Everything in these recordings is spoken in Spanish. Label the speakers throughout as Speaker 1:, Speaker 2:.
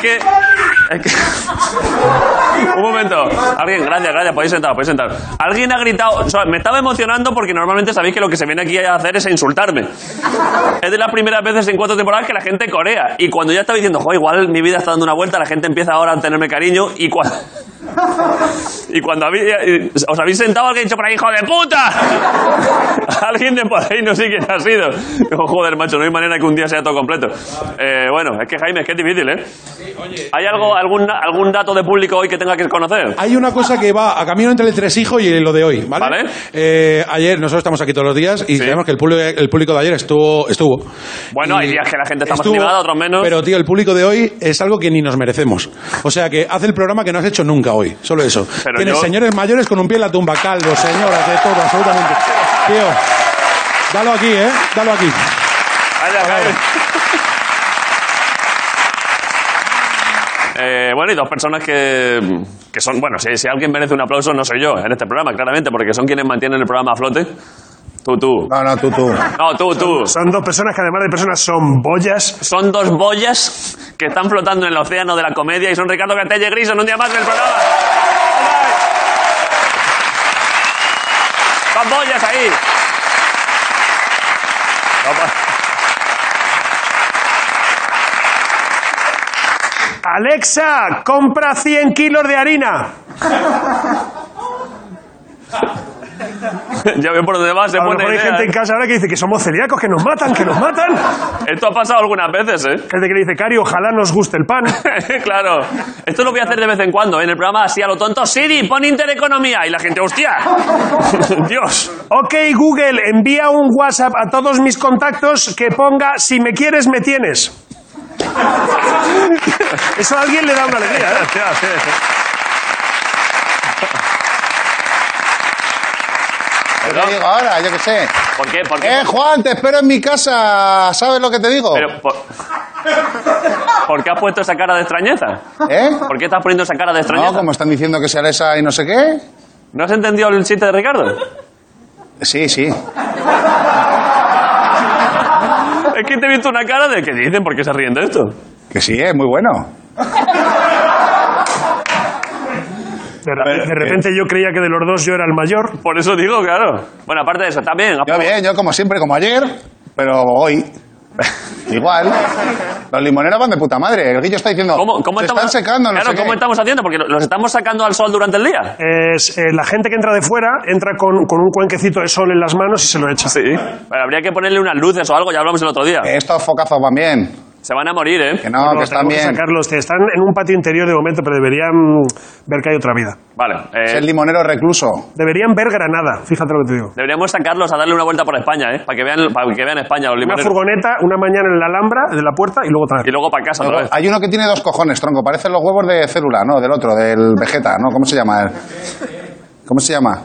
Speaker 1: que. es que- Un momento. Alguien, gracias, gracias. Podéis sentar, podéis sentar. Alguien ha gritado. o sea, me estaba emocionando porque normalmente sabéis que lo que se viene aquí a hacer es a insultarme. Es de las primeras veces en cuatro temporadas que la gente corea. Y cuando ya estaba diciendo, jo, igual mi vida está dando una vuelta, la gente empieza ahora a tenerme cariño. Y cuando. Y cuando había- eh, os habéis sentado, alguien ha dicho por ahí, hijo de puta. alguien de por ahí, no sé quién ha sido. Digo, joder, macho, no hay manera que un día sea todo completo. Eh, bueno, es que Jaime, es que es difícil, ¿eh? ¿Hay algo, algún, algún dato de público hoy que tenga que conocer?
Speaker 2: Hay una cosa que va a camino entre el entresijo y lo de hoy, ¿vale?
Speaker 1: Vale.
Speaker 2: Eh, ayer, nosotros estamos aquí todos los días y
Speaker 1: Sí.
Speaker 2: sabemos que el público, el público de ayer estuvo. estuvo.
Speaker 1: Bueno, hay días que la gente está más animada, otros menos.
Speaker 2: Pero, tío, el público de hoy es algo que ni nos merecemos. O sea, que hace el programa que no has hecho nunca hoy. Solo eso.
Speaker 1: Pero
Speaker 2: Tienes
Speaker 1: yo-
Speaker 2: señores mayores con un pie en la tumba, calvos, señoras, de todo, absolutamente. Tío, dalo aquí, ¿eh? Dalo aquí.
Speaker 1: Vaya, Jaime. Eh, bueno, y dos personas que, que son. Bueno, si, si alguien merece un aplauso, no soy yo en este programa, claramente, porque son quienes mantienen el programa a flote. Tú, tú.
Speaker 3: No, no, tú, tú.
Speaker 1: No, tú, tú.
Speaker 4: Son dos personas que además de personas son boyas.
Speaker 1: Son dos boyas que están flotando en el océano de la comedia y son Ricardo Cantelle y Gris en un día más del programa. ¡Van boyas ahí! No, pa-
Speaker 4: Alexa, compra 100 kilos de harina.
Speaker 1: Ya veo por dónde va, se
Speaker 4: A lo
Speaker 1: pone
Speaker 4: mejor hay
Speaker 1: idea,
Speaker 4: gente
Speaker 1: ¿eh?
Speaker 4: en casa ahora que dice que somos celíacos, que nos matan, que nos matan.
Speaker 1: Esto ha pasado algunas veces, ¿eh?
Speaker 4: Gente que le dice, Cari, ojalá nos guste el pan.
Speaker 1: claro. Esto lo voy a hacer de vez en cuando, ¿eh? en el programa así a lo tonto. Siri, pon Intereconomía. Y la gente, hostia. Dios.
Speaker 4: Ok, Google, envía un WhatsApp a todos mis contactos que ponga, si me quieres, me tienes. Eso a alguien le da una alegría, ¿eh?
Speaker 3: ¿Qué te digo ahora? Yo qué sé.
Speaker 1: ¿Por qué? ¿Por qué?
Speaker 3: Eh, Juan, te espero en mi casa. ¿Sabes lo que te digo?
Speaker 1: Pero, por... ¿por qué has puesto esa cara de extrañeza?
Speaker 3: ¿Eh?
Speaker 1: ¿Por qué estás poniendo esa cara de extrañeza?
Speaker 3: No,
Speaker 1: No,
Speaker 3: como están diciendo que se Alexa y no sé qué.
Speaker 1: has entendido el chiste de Ricardo?
Speaker 3: Sí, sí.
Speaker 1: Es que te he visto una cara de que dicen por qué se ríen de esto.
Speaker 3: Que sí, es muy bueno.
Speaker 4: De, re- de repente
Speaker 1: eh,
Speaker 4: yo creía que de los dos yo era el mayor.
Speaker 1: Por eso digo, claro. Bueno, aparte de eso, también.
Speaker 3: Yo bien, yo como siempre, como ayer, pero hoy. Igual. Los limoneros van de puta madre. El guillo está diciendo.
Speaker 1: ¿Cómo, cómo
Speaker 3: se
Speaker 1: estamos...
Speaker 3: están secando, no
Speaker 1: claro,
Speaker 3: sé
Speaker 1: ¿cómo
Speaker 3: qué.
Speaker 1: estamos haciendo? Porque los estamos sacando al sol durante el día.
Speaker 4: Es, eh, la gente que entra de fuera entra con, con un cuenquecito de sol en las manos y se lo echa.
Speaker 1: Sí. Bueno, habría que ponerle unas luces o algo, ya hablamos el otro día.
Speaker 3: Que Estos focazos van bien.
Speaker 1: Se van a morir, ¿eh?
Speaker 3: Eh. Que no,
Speaker 4: No,
Speaker 3: que están
Speaker 4: tenemos que
Speaker 3: bien.
Speaker 4: sacarlos. Están en un patio interior de momento, pero deberían ver que hay otra vida.
Speaker 1: Vale. eh,
Speaker 3: Es el limonero recluso.
Speaker 4: Deberían ver Granada, fíjate lo que te digo.
Speaker 1: deberíamos sacarlos a darle una vuelta por España, ¿eh? Para que vean, para que vean España los
Speaker 4: Una
Speaker 1: limoneros.
Speaker 4: furgoneta, una mañana en la Alhambra, de la puerta y luego otra
Speaker 1: Y
Speaker 4: vez.
Speaker 1: luego para casa otra vez.
Speaker 3: Hay uno que tiene dos cojones, tronco. Parecen los huevos de célula, no, del otro, del Vegeta, ¿no? ¿Cómo se llama? ¿Cómo se llama?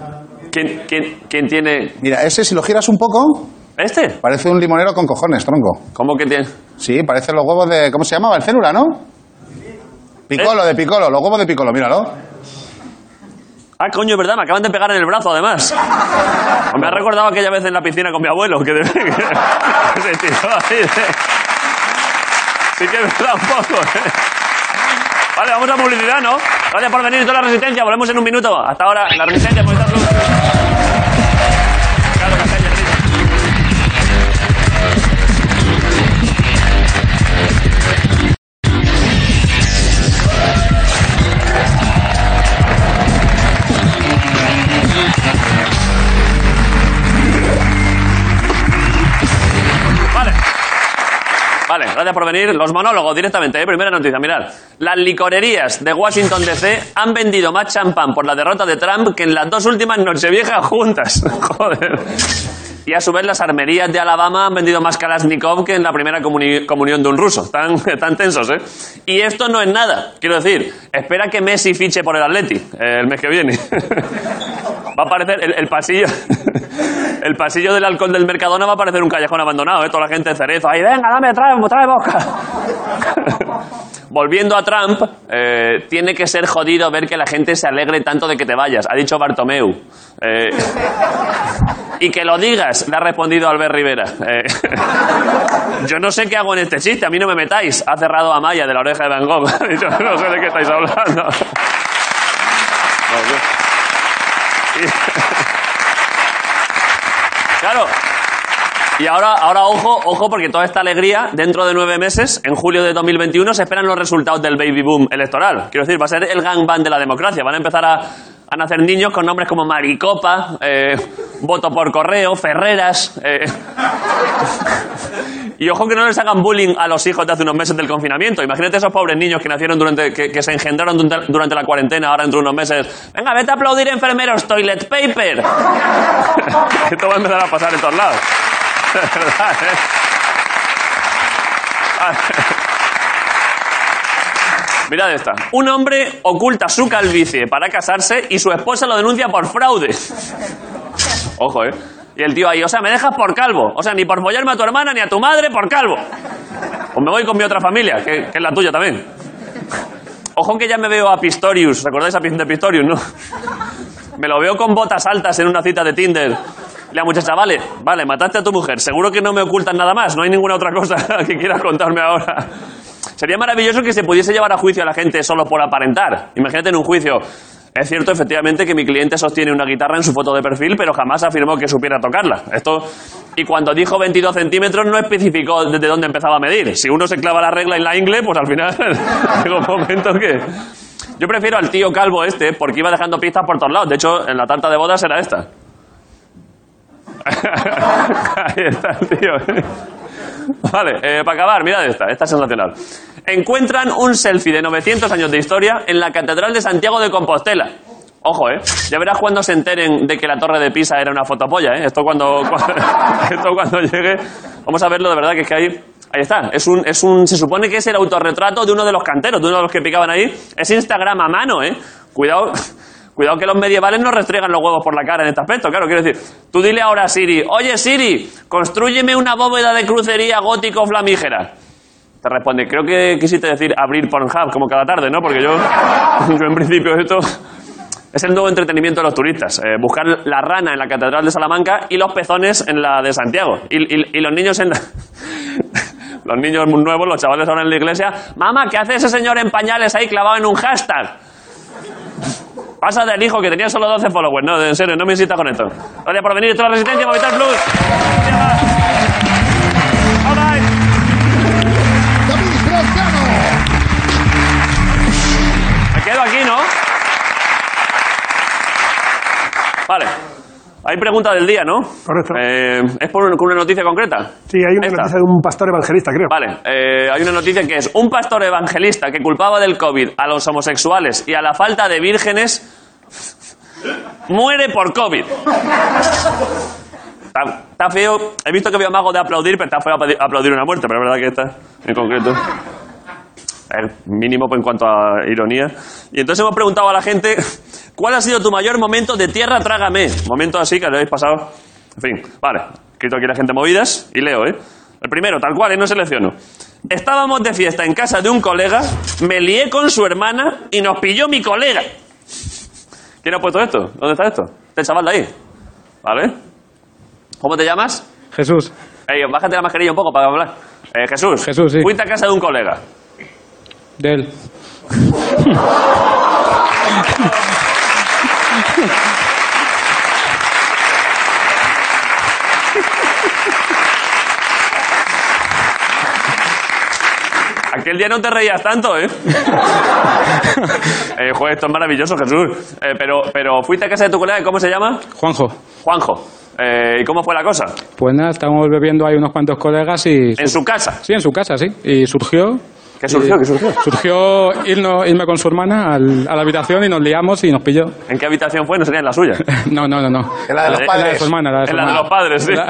Speaker 1: ¿Quién, quién, quién tiene...?
Speaker 3: Mira, ese si lo giras un poco,
Speaker 1: ¿Este?
Speaker 3: parece un limonero con cojones, tronco.
Speaker 1: ¿Cómo que tiene...?
Speaker 3: Sí, parecen los huevos de. ¿Cómo se llamaba? El célula, ¿no? Picolo, de Picolo, los huevos de Picolo, míralo.
Speaker 1: Ah, coño, es verdad, me acaban de pegar en el brazo, además. Me ha recordado aquella vez en la piscina con mi abuelo, que, de- que se tiró así de- Sí que es verdad, un poco, ¿eh? Vale, vamos a publicidad, ¿no? Gracias por venir y toda la resistencia. Volvemos en un minuto. Hasta ahora, la resistencia, por estar... Claro, Castella, sí. Vale. Vale, gracias por venir. Los monólogos directamente, ¿eh? primera noticia, mirad. Las licorerías de Washington DC han vendido más champán por la derrota de Trump que en las dos últimas nocheviejas juntas. Joder. Y a su vez las armerías de Alabama han vendido más Kalashnikov que en la primera comuni- comunión de un ruso. Están, están tensos, ¿eh? Y esto no es nada. Quiero decir, espera que Messi fiche por el Atleti eh, el mes que viene. Va a aparecer el, el pasillo. El pasillo del alcohol del Mercadona va a parecer un callejón abandonado, ¿eh? Toda la gente de cerezo. Ahí, venga, dame, trae, trae boca. Volviendo a Trump, eh, tiene que ser jodido ver que la gente se alegre tanto de que te vayas. Ha dicho Bartomeu. Eh, y que lo digas, le ha respondido Albert Rivera. Eh, yo no sé qué hago en este chiste, a mí no me metáis. Ha cerrado a Maya de la oreja de Van Gogh. Ha dicho, no sé de qué estáis hablando. No, yo- Y- Claro. Y ahora, ahora ojo, ojo, porque toda esta alegría, dentro de nueve meses, en julio de 2021, se esperan los resultados del baby boom electoral. Quiero decir, va a ser el gangbang de la democracia. Van a empezar a, a nacer niños con nombres como Maricopa, eh, Voto por Correo, Ferreras. eh. Y ojo que no les hagan bullying a los hijos de hace unos meses del confinamiento. Imagínate esos pobres niños que nacieron durante, que, que se engendraron durante, durante la cuarentena, ahora dentro de unos meses. Venga, vete a aplaudir enfermeros, toilet paper. Esto va a empezar a pasar en todos lados. De verdad, ¿eh? Mirad esta. Un hombre oculta su calvicie para casarse y su esposa lo denuncia por fraude. Ojo, ¿eh? Y el tío ahí, o sea, me dejas por calvo. O sea, ni por follarme a tu hermana ni a tu madre por calvo. O me voy con mi otra familia, que, que es la tuya también. Ojo que ya me veo a Pistorius. ¿Recordáis a Pis- de Pistorius, no? Me lo veo con botas altas en una cita de Tinder. Y la muchacha, vale, vale, mataste a tu mujer. Seguro que no me ocultas nada más. No hay ninguna otra cosa que quieras contarme ahora. Sería maravilloso que se pudiese llevar a juicio a la gente solo por aparentar. Imagínate en un juicio. Es cierto, efectivamente, que mi cliente sostiene una guitarra en su foto de perfil, pero jamás afirmó que supiera tocarla. Esto, y cuando dijo 22 centímetros, no especificó desde dónde empezaba a medir. Si uno se clava la regla en la ingle, pues al final llega un momento que... Yo prefiero al tío calvo este porque iba dejando pistas por todos lados. De hecho, en la tarta de bodas era esta. Ahí está el tío. Vale, eh, para acabar, mirad esta, esta es sensacional. Encuentran un selfie de 900 años de historia en la Catedral de Santiago de Compostela. Ojo, ¿eh? Ya verás cuando se enteren de que la Torre de Pisa era una fotopolla, ¿eh? Esto cuando, esto cuando llegue... Vamos a verlo de verdad, que es que ahí... Ahí está, es un, es un, se supone que es el autorretrato de uno de los canteros, de uno de los que picaban ahí. Es Instagram a mano, ¿eh? Cuidado, Cuidado que los medievales no restriegan los huevos por la cara en este aspecto, claro, quiero decir, tú dile ahora a Siri, oye Siri, construyeme una bóveda de crucería gótico flamígera. Te responde, creo que quisiste decir abrir Pornhub como cada tarde, ¿no? Porque yo, yo en principio esto es el nuevo entretenimiento de los turistas, eh, buscar la rana en la Catedral de Salamanca y los pezones en la de Santiago. Y, y- y los niños en la- Los niños nuevos, los chavales ahora en la iglesia, mamá, ¿qué hace ese señor en pañales ahí clavado en un hashtag? Pasa del hijo que tenía solo 12 followers. No, en serio, no me insistas con esto. Gracias por venir. Esto es la Resistencia Movistar Plus. All right.
Speaker 3: David Graziano.
Speaker 1: Me quedo aquí, ¿no? Vale. Hay pregunta del día, ¿no?
Speaker 4: Correcto.
Speaker 1: Eh, ¿Es por un- con una noticia concreta?
Speaker 4: Sí, hay una
Speaker 1: Esta.
Speaker 4: noticia de un pastor evangelista, creo.
Speaker 1: Vale, eh, hay una noticia que es un pastor evangelista que culpaba del COVID a los homosexuales y a la falta de vírgenes muere por COVID. Está, está feo. He visto que había mago de aplaudir, pero está feo aplaudir- aplaudir una muerte, pero es verdad que esta, en concreto. Es mínimo en cuanto a ironía. Y entonces hemos preguntado a la gente cuál ha sido tu mayor momento de tierra trágame. Momento así que lo habéis pasado. En fin, vale. He Escrito aquí la gente movidas y leo, ¿eh? El primero, tal cual, ¿eh? no selecciono. Estábamos de fiesta en casa de un colega, me lié con su hermana y nos pilló mi colega. ¿Quién ha puesto esto? ¿Dónde está esto? Este chaval de ahí. ¿Vale? ¿Cómo te llamas?
Speaker 5: Jesús,
Speaker 1: Ey, bájate la mascarilla un poco para hablar. Eh, Jesús.
Speaker 5: Jesús, sí.
Speaker 1: Fuiste a casa de un colega.
Speaker 5: de él.
Speaker 1: Aquel día no te reías tanto, ¿eh? eh joder, esto es maravilloso, Jesús. Eh, pero, pero fuiste a casa de tu colega, ¿cómo se llama?
Speaker 5: Juanjo,
Speaker 1: Juanjo. Eh, ¿Y cómo fue la cosa?
Speaker 5: pues nada, estamos bebiendo ahí unos cuantos colegas y...
Speaker 1: En su casa.
Speaker 5: Sí, en su casa, sí. Y surgió...
Speaker 1: ¿Qué surgió?
Speaker 5: eh,
Speaker 1: ¿Qué surgió?
Speaker 5: Surgió irnos- irme con su hermana al- a la habitación y nos liamos y nos pilló.
Speaker 1: ¿En qué habitación fue? No sería en la suya.
Speaker 5: No, no, no, no.
Speaker 6: Eh.
Speaker 3: Es la de los
Speaker 1: Es la
Speaker 5: La de
Speaker 3: padres.
Speaker 5: su hermana, la de su
Speaker 1: En la de
Speaker 5: hermana.
Speaker 1: los padres, sí.
Speaker 5: Nah,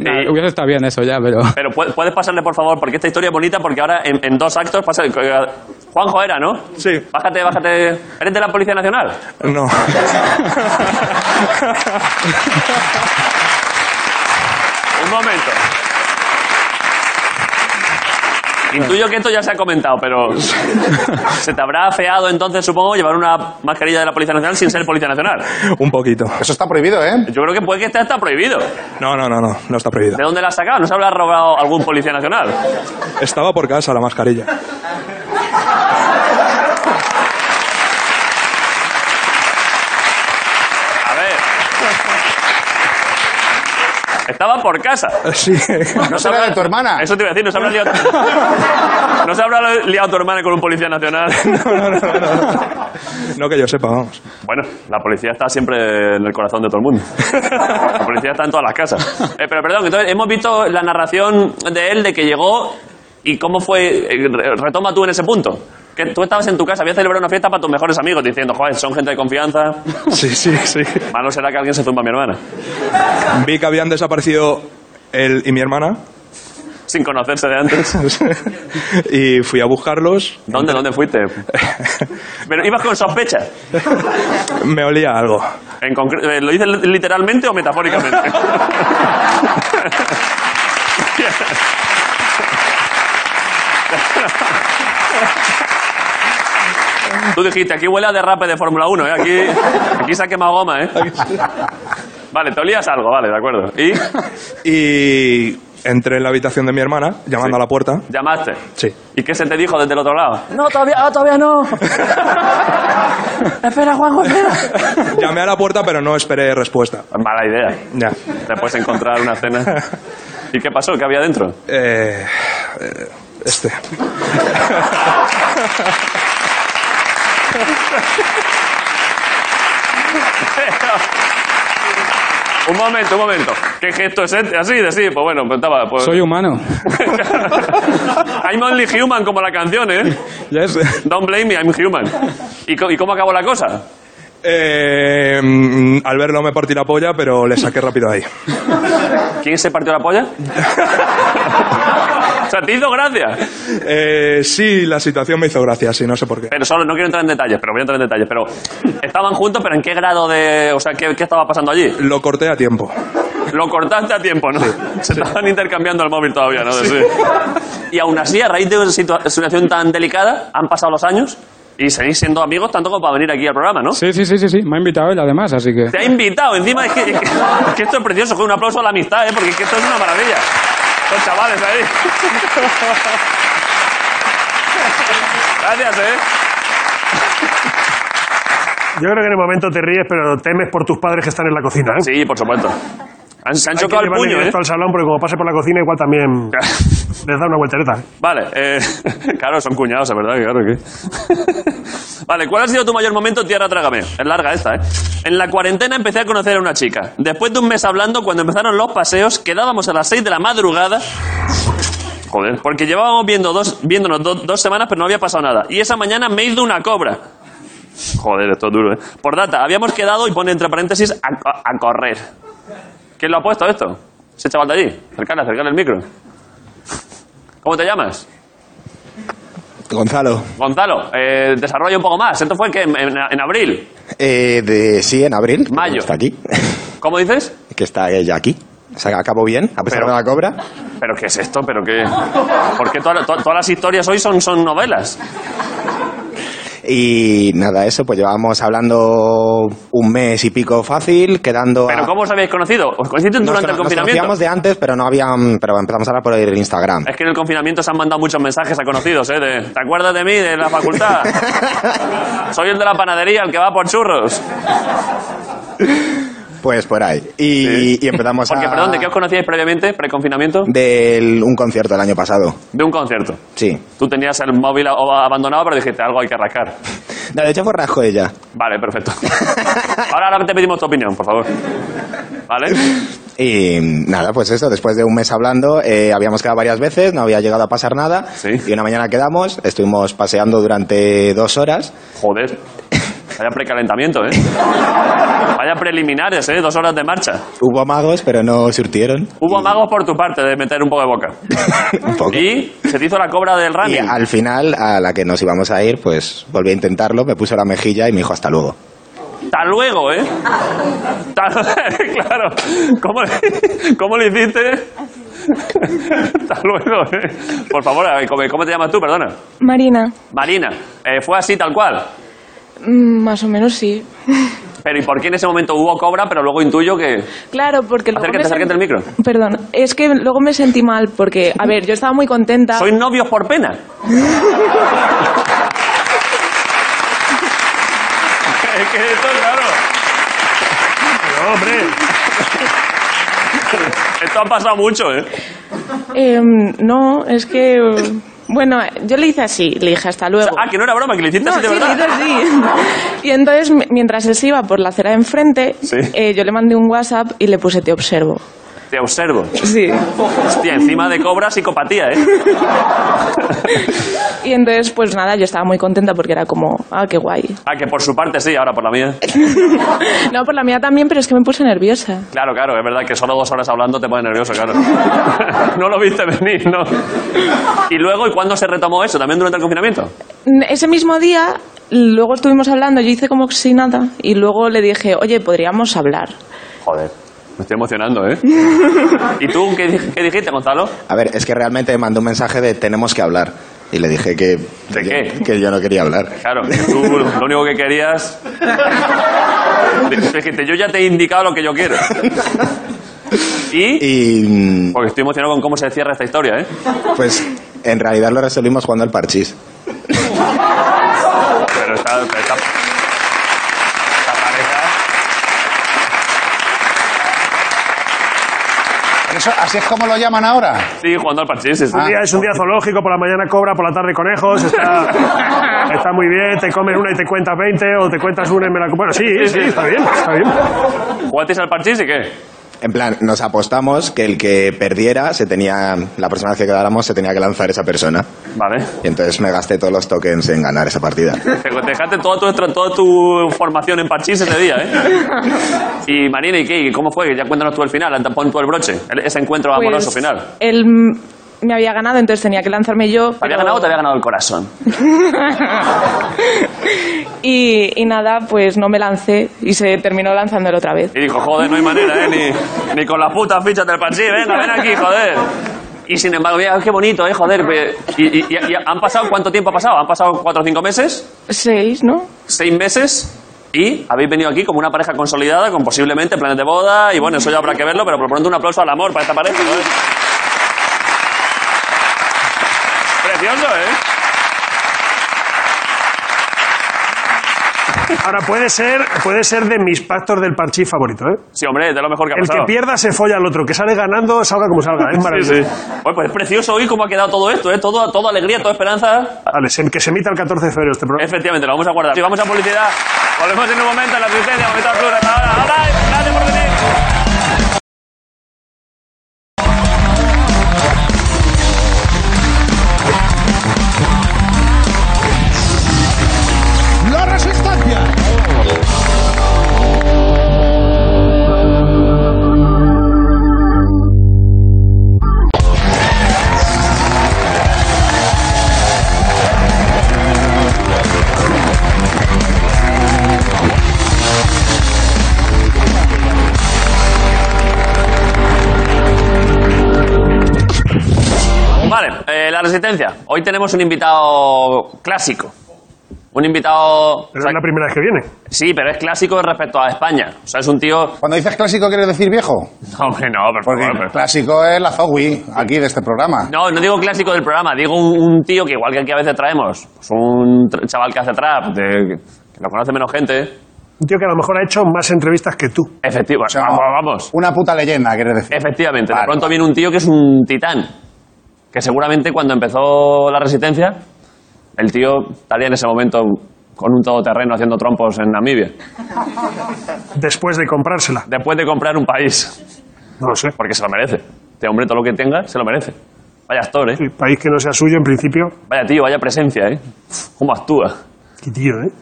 Speaker 1: Y-
Speaker 5: Eh, hubiese estado bien eso ya, pero...
Speaker 1: pero pu- puedes pasarle, por favor, porque esta historia es bonita, porque ahora en, en dos actos pasa... el- Juanjo era, ¿no?
Speaker 6: Sí.
Speaker 1: Bájate, bájate. ¿Eres de la Policía Nacional?
Speaker 6: No.
Speaker 1: Un momento. Intuyo que esto ya se ha comentado, pero se te habrá afeado entonces, supongo, llevar una mascarilla de la Policía Nacional sin ser Policía Nacional.
Speaker 6: Un poquito.
Speaker 3: Eso está prohibido, ¿eh?
Speaker 1: Yo creo que puede que esté hasta prohibido. ¿De
Speaker 6: No, no, no, no, no está prohibido.
Speaker 1: dónde la has sacado? ¿No se habrá robado algún Policía Nacional?
Speaker 6: Estaba por casa la mascarilla.
Speaker 1: A ver. Estaba por casa.
Speaker 6: Sí.
Speaker 3: No será de tu hermana.
Speaker 1: Eso te iba a decir, no se habrá liado, ¿No se habrá liado tu hermana con un policía nacional.
Speaker 6: No, no, no, no, no. No que yo sepa, vamos.
Speaker 1: Bueno, la policía está siempre en el corazón de todo el mundo. La policía está en todas las casas. Eh, pero perdón, entonces hemos visto la narración de él de que llegó y cómo fue. eh, re- Retoma tú en ese punto. Que tú estabas en tu casa, habías celebrado una fiesta para tus mejores amigos diciendo, joder, son gente de confianza.
Speaker 6: Sí, sí, sí.
Speaker 1: Malo será que alguien se zumba a mi hermana.
Speaker 6: Vi que habían desaparecido él y mi hermana.
Speaker 1: Sin conocerse de antes.
Speaker 6: Y fui a buscarlos.
Speaker 1: ¿Dónde, dónde fuiste? Pero ibas con sospecha.
Speaker 6: Me olía algo.
Speaker 1: En concre- eh, ¿Lo dices li- literalmente o metafóricamente? Tú dijiste, aquí huele a derrape de Fórmula 1, ¿eh? aquí, aquí se ha quemado goma, ¿eh? Vale, te olías algo, vale, de acuerdo. ¿Y
Speaker 6: Y entré en la habitación de mi hermana,
Speaker 1: Sí.
Speaker 6: llamando a la puerta.
Speaker 1: llamaste?
Speaker 6: Sí.
Speaker 1: ¿Y qué se te dijo desde el otro lado?
Speaker 7: No, todavía, ah, todavía no. espera, Juanjo, espera.
Speaker 6: Llamé a la puerta, pero no esperé respuesta.
Speaker 1: Mala idea.
Speaker 6: Ya.
Speaker 1: Te puedes encontrar una cena. ¿Y qué pasó? ¿Qué había dentro?
Speaker 6: Eh, eh, este.
Speaker 1: Un momento, un momento. ¿Qué gesto es este? Así, de sí. Pues bueno, pues estaba... Pues...
Speaker 5: Soy humano.
Speaker 1: I'm only human, como la canción, ¿eh?
Speaker 5: Ya es-
Speaker 1: Don't blame me, I'm human. ¿Y, co- y cómo acabó la cosa?
Speaker 6: Eh, mm, al verlo me partí la polla, pero le saqué rápido ahí.
Speaker 1: ¿Quién se partió la polla? o sea, te hizo gracia.
Speaker 6: Eh, sí, la situación me hizo gracia, sí, no sé por qué.
Speaker 1: Pero solo, no quiero entrar en detalles, pero voy a entrar en detalles. Pero estaban juntos, pero ¿en qué grado de...? O sea, ¿qué, qué estaba pasando allí?
Speaker 6: Lo corté a tiempo.
Speaker 1: Lo cortaste a tiempo, ¿no? Se estaban intercambiando el móvil todavía, ¿no? Sí. Y aún así, a raíz de una situa- situación tan delicada, han pasado los años y seguís siendo amigos tanto como para venir aquí al programa, ¿no?
Speaker 5: Sí, sí, sí, sí, sí. Me ha invitado él además, así que.
Speaker 1: Te ha invitado. Encima es que, es que- es que esto es precioso. Joder, Un aplauso a la amistad, ¿eh? porque es que esto es una maravilla. Los chavales ahí. Gracias, ¿eh?
Speaker 4: Yo creo que en el momento te ríes, pero temes por tus padres que están en la cocina. ¿eh?
Speaker 1: Sí, por supuesto. Han, se han
Speaker 4: Hay que
Speaker 1: chocado el
Speaker 4: llevarle
Speaker 1: puño, ¿eh?
Speaker 4: directo al salón porque como pase por la cocina igual también les da una vueltereta.
Speaker 1: Vale, eh, claro, son cuñados, es verdad, que claro que. Vale, ¿cuál ha sido tu mayor momento, tierra trágame? Es larga esta, ¿eh? En la cuarentena empecé a conocer a una chica. Después de un mes hablando, cuando empezaron los paseos, quedábamos a las 6 de la madrugada. Joder, porque llevábamos viendo dos, viéndonos do- dos semanas, pero no había pasado nada. Y esa mañana me hizo una cobra. Joder, esto es duro, ¿eh? Por data, habíamos quedado, y pone entre paréntesis, a, co- a correr. ¿Quién lo ha puesto esto? Ese chaval de allí. Cercale, acercale el micro. ¿Cómo te llamas?
Speaker 8: Gonzalo,
Speaker 1: Gonzalo, eh, desarrolla un poco más. Esto fue que en, en- en abril.
Speaker 8: eh, de, sí, en abril. que
Speaker 1: Mayo.
Speaker 8: Está aquí.
Speaker 1: ¿Cómo dices?
Speaker 8: Que está ella aquí. O sea, acabó bien, a pesar
Speaker 1: Pero-
Speaker 8: de la cobra.
Speaker 1: ¿Pero qué es esto? ¿Pero qué? ¿Por qué toda- to- todas las historias hoy son, son novelas?
Speaker 8: Y nada, eso, pues llevábamos hablando un mes y pico fácil, quedando.
Speaker 1: ¿Pero
Speaker 8: a-
Speaker 1: cómo os habéis conocido? ¿Os conocisteis
Speaker 8: Nos
Speaker 1: durante
Speaker 8: cono-
Speaker 1: el
Speaker 8: nos
Speaker 1: confinamiento? Eh.
Speaker 8: conocíamos de antes, pero no habían. Pero empezamos a hablar por el Instagram.
Speaker 1: Es que en el confinamiento se han mandado muchos mensajes a conocidos, ¿eh? De, ¿Te acuerdas de mí, de la facultad? Soy el de la panadería, el que va por churros.
Speaker 8: Pues por ahí. Y, y empezamos
Speaker 1: Porque,
Speaker 8: a.
Speaker 1: perdón, ¿de qué os conocíais previamente, preconfinamiento?
Speaker 8: Del- un concierto el año pasado.
Speaker 1: De un concierto.
Speaker 8: Sí.
Speaker 1: Tú tenías el móvil a- o abandonado, pero dijiste, algo hay que arrancar.
Speaker 8: No, de hecho fue Rajo ella.
Speaker 1: Vale, perfecto. Ahora, ahora te pedimos tu opinión, por favor. ¿Vale?
Speaker 8: Y nada, pues eso, después de un mes hablando, eh, habíamos quedado varias veces, no había llegado a pasar nada.
Speaker 1: Sí.
Speaker 8: Y una mañana quedamos, estuvimos paseando durante dos horas.
Speaker 1: Joder. Vaya precalentamiento, ¿eh? Vaya preliminares, ¿eh? Dos horas de marcha.
Speaker 8: Hubo magos, pero no surtieron.
Speaker 1: Hubo magos por tu parte de meter un poco de boca.
Speaker 8: un poco.
Speaker 1: Y se te hizo la cobra del
Speaker 8: Y
Speaker 1: running.
Speaker 8: al final, a la que nos íbamos a ir, pues volví a intentarlo, me puso la mejilla y me dijo hasta luego.
Speaker 1: Hasta luego, ¿eh? Hasta- claro. ¿Cómo, le- ¿Cómo lo hiciste? Hasta luego, eh. Por favor, a ver, ¿cómo, cómo te llamas tú? Perdona.
Speaker 9: Marina,
Speaker 1: Marina. Eh, fue así, tal cual.
Speaker 9: mm, más o menos sí.
Speaker 1: Pero ¿y por qué en ese momento hubo cobra, pero luego intuyo que...
Speaker 9: Claro, porque luego
Speaker 1: Acércate,
Speaker 9: me
Speaker 1: acércate al
Speaker 9: sentí-
Speaker 1: micro.
Speaker 9: Perdón, es que luego me sentí mal porque, a ver, yo estaba muy contenta.
Speaker 1: Soy novios por pena. es que esto, claro. No, hombre. Esto ha pasado mucho, ¿eh?
Speaker 9: Eh, no, es que... Bueno, yo le hice así, le dije hasta luego.
Speaker 1: Ah, que no era broma, que le hiciste
Speaker 9: No,
Speaker 1: así de
Speaker 9: sí,
Speaker 1: verdad.
Speaker 9: le hice así. Y entonces, mi- mientras él se iba por la acera de enfrente,
Speaker 1: Sí.
Speaker 9: eh, yo le mandé un WhatsApp y le puse te observo.
Speaker 1: Te observo.
Speaker 9: Sí.
Speaker 1: Hostia, encima de cobra, psicopatía, ¿eh?
Speaker 9: Y entonces, pues nada, yo estaba muy contenta porque era como, ah, qué guay.
Speaker 1: Ah, que por su parte sí, ahora por la mía.
Speaker 9: No, por la mía también, pero es que me puse nerviosa.
Speaker 1: Claro, claro, es verdad que solo dos horas hablando te pone nervioso, claro. no lo viste venir, ¿no? Y luego, ¿y cuándo se retomó eso? ¿También durante el confinamiento?
Speaker 9: Mm, Ese mismo día, luego estuvimos hablando, yo hice como si nada, y luego le dije, oye, podríamos hablar.
Speaker 1: Joder, me estoy emocionando, ¿eh? ¿Y tú qué, di- qué dijiste, Gonzalo?
Speaker 8: A ver, es que realmente mandó un mensaje de tenemos que hablar. Y le dije que,
Speaker 1: ¿De
Speaker 8: yo-
Speaker 1: qué?
Speaker 8: que yo no quería hablar.
Speaker 1: Claro, que tú lo único que querías... Dijiste, yo ya te he indicado lo que yo quiero. ¿Y?
Speaker 8: Y mm,
Speaker 1: Porque estoy emocionado con cómo se cierra esta historia, ¿eh?
Speaker 8: pues en realidad lo resolvimos jugando al parchís.
Speaker 1: Pero está... está, está pareja-
Speaker 3: Eso, ¿Así es como lo llaman ahora?
Speaker 1: Sí, jugando al parchís, sí, sí.
Speaker 4: Un día es un día zoológico, por la mañana cobra, por la tarde conejos, está, está muy bien, te comen una y te cuentas 20 o te cuentas una y me la... Bueno, sí, sí, está bien, está bien.
Speaker 1: ¿Jugasteis al parchís y qué?
Speaker 8: En plan, nos apostamos que el que perdiera se tenía, la persona que quedáramos se tenía que lanzar esa persona.
Speaker 1: Vale.
Speaker 8: Y entonces me gasté todos los tokens en ganar esa partida.
Speaker 1: Te te dejaste toda tu, toda tu formación en parchís ese día, ¿eh? Y Marina, ¿y qué? ¿Y ¿Cómo fue? Ya cuéntanos tú el final, anda, pon tú el broche, el- ese encuentro
Speaker 9: Pues,
Speaker 1: amoroso final.
Speaker 9: Él mm, me había ganado, entonces tenía que lanzarme yo.
Speaker 1: ¿Te había
Speaker 9: pero-
Speaker 1: ganado o te había ganado el corazón?
Speaker 9: y, y nada, pues no me lancé y se terminó lanzando él otra vez.
Speaker 1: Y dijo, joder, no hay manera, ¿eh? Ni, ni con las putas fichas del parchís, venga, ven aquí, joder. Y sin embargo, mira, qué bonito, ¿eh? Joder. ve- Y, y- y- y han pasado cuánto tiempo ha pasado? ¿Han pasado cuatro o cinco meses?
Speaker 9: Seis, ¿no?
Speaker 1: ¿Seis meses? Y habéis venido aquí como una pareja consolidada, con posiblemente planes de boda, y bueno, eso ya habrá que verlo, pero por lo pronto un aplauso al amor para esta pareja, joder. Precioso, ¿eh?
Speaker 4: Ahora, puede ser, puede ser de mis pactos del parchí favorito, ¿eh?
Speaker 1: Sí, hombre, es de lo mejor que ha
Speaker 4: El
Speaker 1: pasado.
Speaker 4: que pierda se folla al otro, que sale ganando, salga como salga, es maravilloso.
Speaker 1: Sí, sí. Oye, pues es precioso hoy cómo ha quedado todo esto, ¿eh? Todo, toda alegría, toda esperanza.
Speaker 4: Vale, se- que se emita el 14 de febrero este programa.
Speaker 1: Efectivamente, lo vamos a guardar. Si vamos a publicidad, volvemos en un momento en la asistencia, momento Azul. Hasta ahora. Ahora, gracias por venir.
Speaker 3: ¡La resistencia!
Speaker 1: Vale, eh, la resistencia. Hoy tenemos un invitado clásico. Un invitado.
Speaker 4: Pero es la primera vez que viene.
Speaker 1: Sí, pero es clásico respecto a España. O sea, es un tío.
Speaker 3: Cuando dices clásico, ¿quieres decir viejo?
Speaker 1: No, hombre, no, por
Speaker 3: Porque
Speaker 1: favor, pero-
Speaker 3: clásico es la Zowie, aquí de este programa.
Speaker 1: No, no digo clásico del programa, digo un, un tío que igual que aquí a veces traemos, pues un tr- chaval que hace trap, de- que lo conoce menos gente.
Speaker 4: Un tío que a lo mejor ha hecho más entrevistas que tú.
Speaker 1: Efectivo,
Speaker 3: O sea,
Speaker 1: vamos, vamos.
Speaker 3: Una puta leyenda, ¿quieres decir?
Speaker 1: Efectivamente, de
Speaker 3: Vale.
Speaker 1: pronto viene un tío que es un titán. Que seguramente cuando empezó la resistencia, el tío estaría en ese momento con un todoterreno haciendo trompos en Namibia.
Speaker 4: Después de comprársela.
Speaker 1: Después de comprar un país,
Speaker 4: No lo sé.
Speaker 1: porque se lo merece. Este hombre, todo lo que tenga, se lo merece. Vaya actor, ¿eh?
Speaker 4: El país que no sea suyo, en principio.
Speaker 1: Vaya tío, vaya presencia, ¿eh? ¿Cómo actúa?
Speaker 4: Qué tío, ¿eh?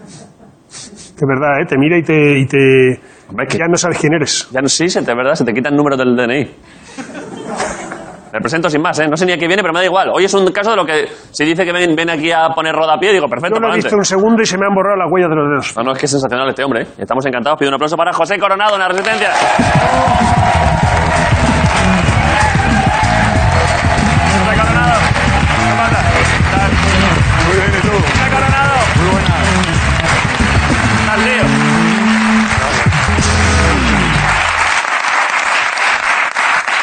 Speaker 4: Que verdad, ¿eh? Te mira y te... Y te...
Speaker 1: Hombre, que-
Speaker 4: Ya no sabes quién eres.
Speaker 1: Ya no sí, se te, ¿verdad? Se te quita el número del DNI. Me presento sin más, ¿eh? No sé ni a qué viene, pero me da igual. Hoy es un caso de lo que... Si dice que ven, ven aquí a poner rodapié, digo, perfecto,
Speaker 4: Yo lo he
Speaker 1: pa'lante.
Speaker 4: visto un segundo y se me han borrado las huellas de los dedos.
Speaker 1: No, no, es que es sensacional este hombre. ¿eh? Estamos encantados. Pido un aplauso para José Coronado en la Resistencia.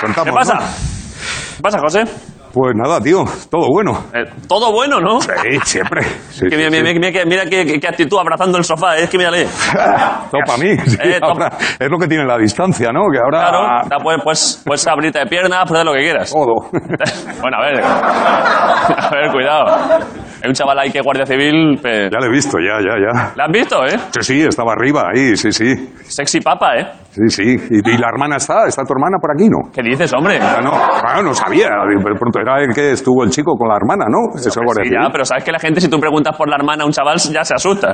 Speaker 1: ¿Qué
Speaker 3: estamos.
Speaker 1: pasa?
Speaker 3: ¿no?
Speaker 1: ¿Qué pasa, José?
Speaker 6: Pues nada, tío, todo bueno.
Speaker 1: Eh, todo bueno, ¿no?
Speaker 6: Sí, siempre. Sí,
Speaker 1: Que
Speaker 6: sí,
Speaker 1: mira,
Speaker 6: sí.
Speaker 1: mira, mira, mira, mira qué, qué- qué actitud abrazando el sofá. eh, Es que mírale.
Speaker 6: Todo para mí. sí,
Speaker 1: Eh, top.
Speaker 6: ahora es lo que tiene la distancia, ¿no? Que ahora...
Speaker 1: Claro, da, pues, pues, pues abrirte de piernas, pues haz lo que quieras.
Speaker 6: Todo.
Speaker 1: Bueno, a ver. A ver, cuidado. Hay un chaval ahí que es guardia civil. pe-
Speaker 6: Ya lo he visto, ya, ya, ya.
Speaker 1: ¿La has visto, eh?
Speaker 6: Sí, sí, estaba arriba ahí, sí, sí.
Speaker 1: Sexy papa, eh.
Speaker 6: Sí, sí. ¿Y, y la hermana está? ¿Está tu hermana por aquí, no?
Speaker 1: ¿Qué dices, hombre?
Speaker 6: Ah, no, ah, no sabía. Pero pronto era el que estuvo el chico con la hermana, ¿no? Eso es
Speaker 1: Sí, ya, pero sabes que la gente, si tú preguntas por la hermana a un chaval, ya se asusta.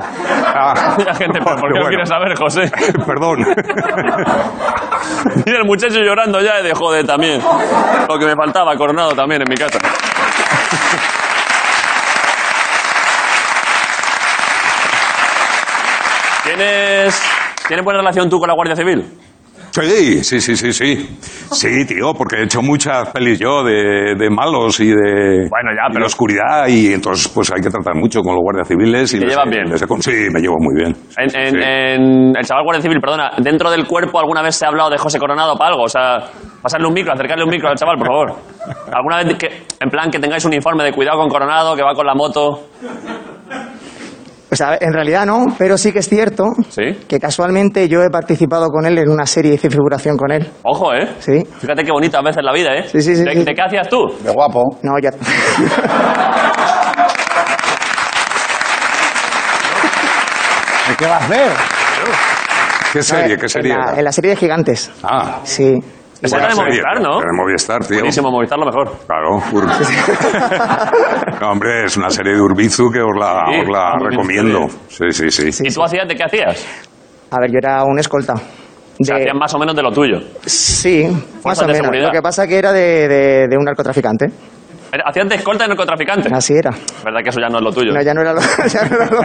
Speaker 6: Ah.
Speaker 1: La gente, ¿pero ¿por qué
Speaker 6: Pero
Speaker 1: lo
Speaker 6: bueno.
Speaker 1: quieres saber, José?
Speaker 6: Perdón.
Speaker 1: Mira, el muchacho llorando ya de joder también. Lo que me faltaba, coronado también en mi casa. ¿Tienes, ¿Tienes buena relación tú con la Guardia Civil?
Speaker 6: Sí, sí, sí, sí, sí. Sí, tío, porque he hecho muchas pelis yo de, de malos y de,
Speaker 1: Bueno, ya,
Speaker 6: y de
Speaker 1: pero-
Speaker 6: oscuridad y entonces pues hay que tratar mucho con los guardias civiles. Y
Speaker 1: te
Speaker 6: les-
Speaker 1: llevan bien.
Speaker 6: les he con- sí, me llevo muy bien.
Speaker 1: En,
Speaker 6: Sí,
Speaker 1: en- eh,
Speaker 6: sí.
Speaker 1: en- el chaval Guardia Civil, perdona, dentro del cuerpo alguna vez se ha hablado de José Coronado para algo, o sea, pasarle un micro, acercarle un micro al chaval, por favor. Alguna vez que, en plan, que tengáis un informe de cuidado con Coronado, que va con la moto.
Speaker 10: O sea, en realidad no, pero sí que es cierto
Speaker 1: Sí.
Speaker 10: que casualmente yo he participado con él en una serie, hice figuración con él.
Speaker 1: Ojo, ¿eh?
Speaker 10: Sí.
Speaker 1: Fíjate qué bonita a veces la vida, ¿eh?
Speaker 10: Sí, sí, sí,
Speaker 1: ¿De,
Speaker 10: sí.
Speaker 1: de qué hacías tú?
Speaker 3: De guapo.
Speaker 10: No, ya.
Speaker 3: ¿De ¿Qué va a hacer?
Speaker 6: ¿Qué serie? ¿Qué
Speaker 10: En
Speaker 6: serie?
Speaker 10: la-
Speaker 6: era?
Speaker 10: En la serie de gigantes.
Speaker 6: Ah,
Speaker 10: Sí.
Speaker 1: Esa era de
Speaker 6: serie,
Speaker 1: Movistar, ¿no?
Speaker 6: era de Movistar, tío.
Speaker 1: Buenísimo, Movistar lo mejor.
Speaker 6: Claro, Ur- No, hombre, es una serie de Urbizu que os la,
Speaker 1: Sí,
Speaker 6: os la
Speaker 1: muy bien,
Speaker 6: recomiendo. Sí, sí, sí.
Speaker 1: ¿Y tú hacías de qué hacías?
Speaker 10: A ver, yo era un escolta.
Speaker 1: O sea,
Speaker 10: De-
Speaker 1: hacías más o menos de lo tuyo.
Speaker 10: sí, más
Speaker 1: de
Speaker 10: o menos.
Speaker 1: seguridad.
Speaker 10: Lo que pasa que era de, de- de un narcotraficante.
Speaker 1: Era- Hacías de escolta y narcotraficante.
Speaker 10: Así era.
Speaker 1: verdad que eso ya no es lo tuyo.
Speaker 10: No, ya no era lo. ya no, era lo-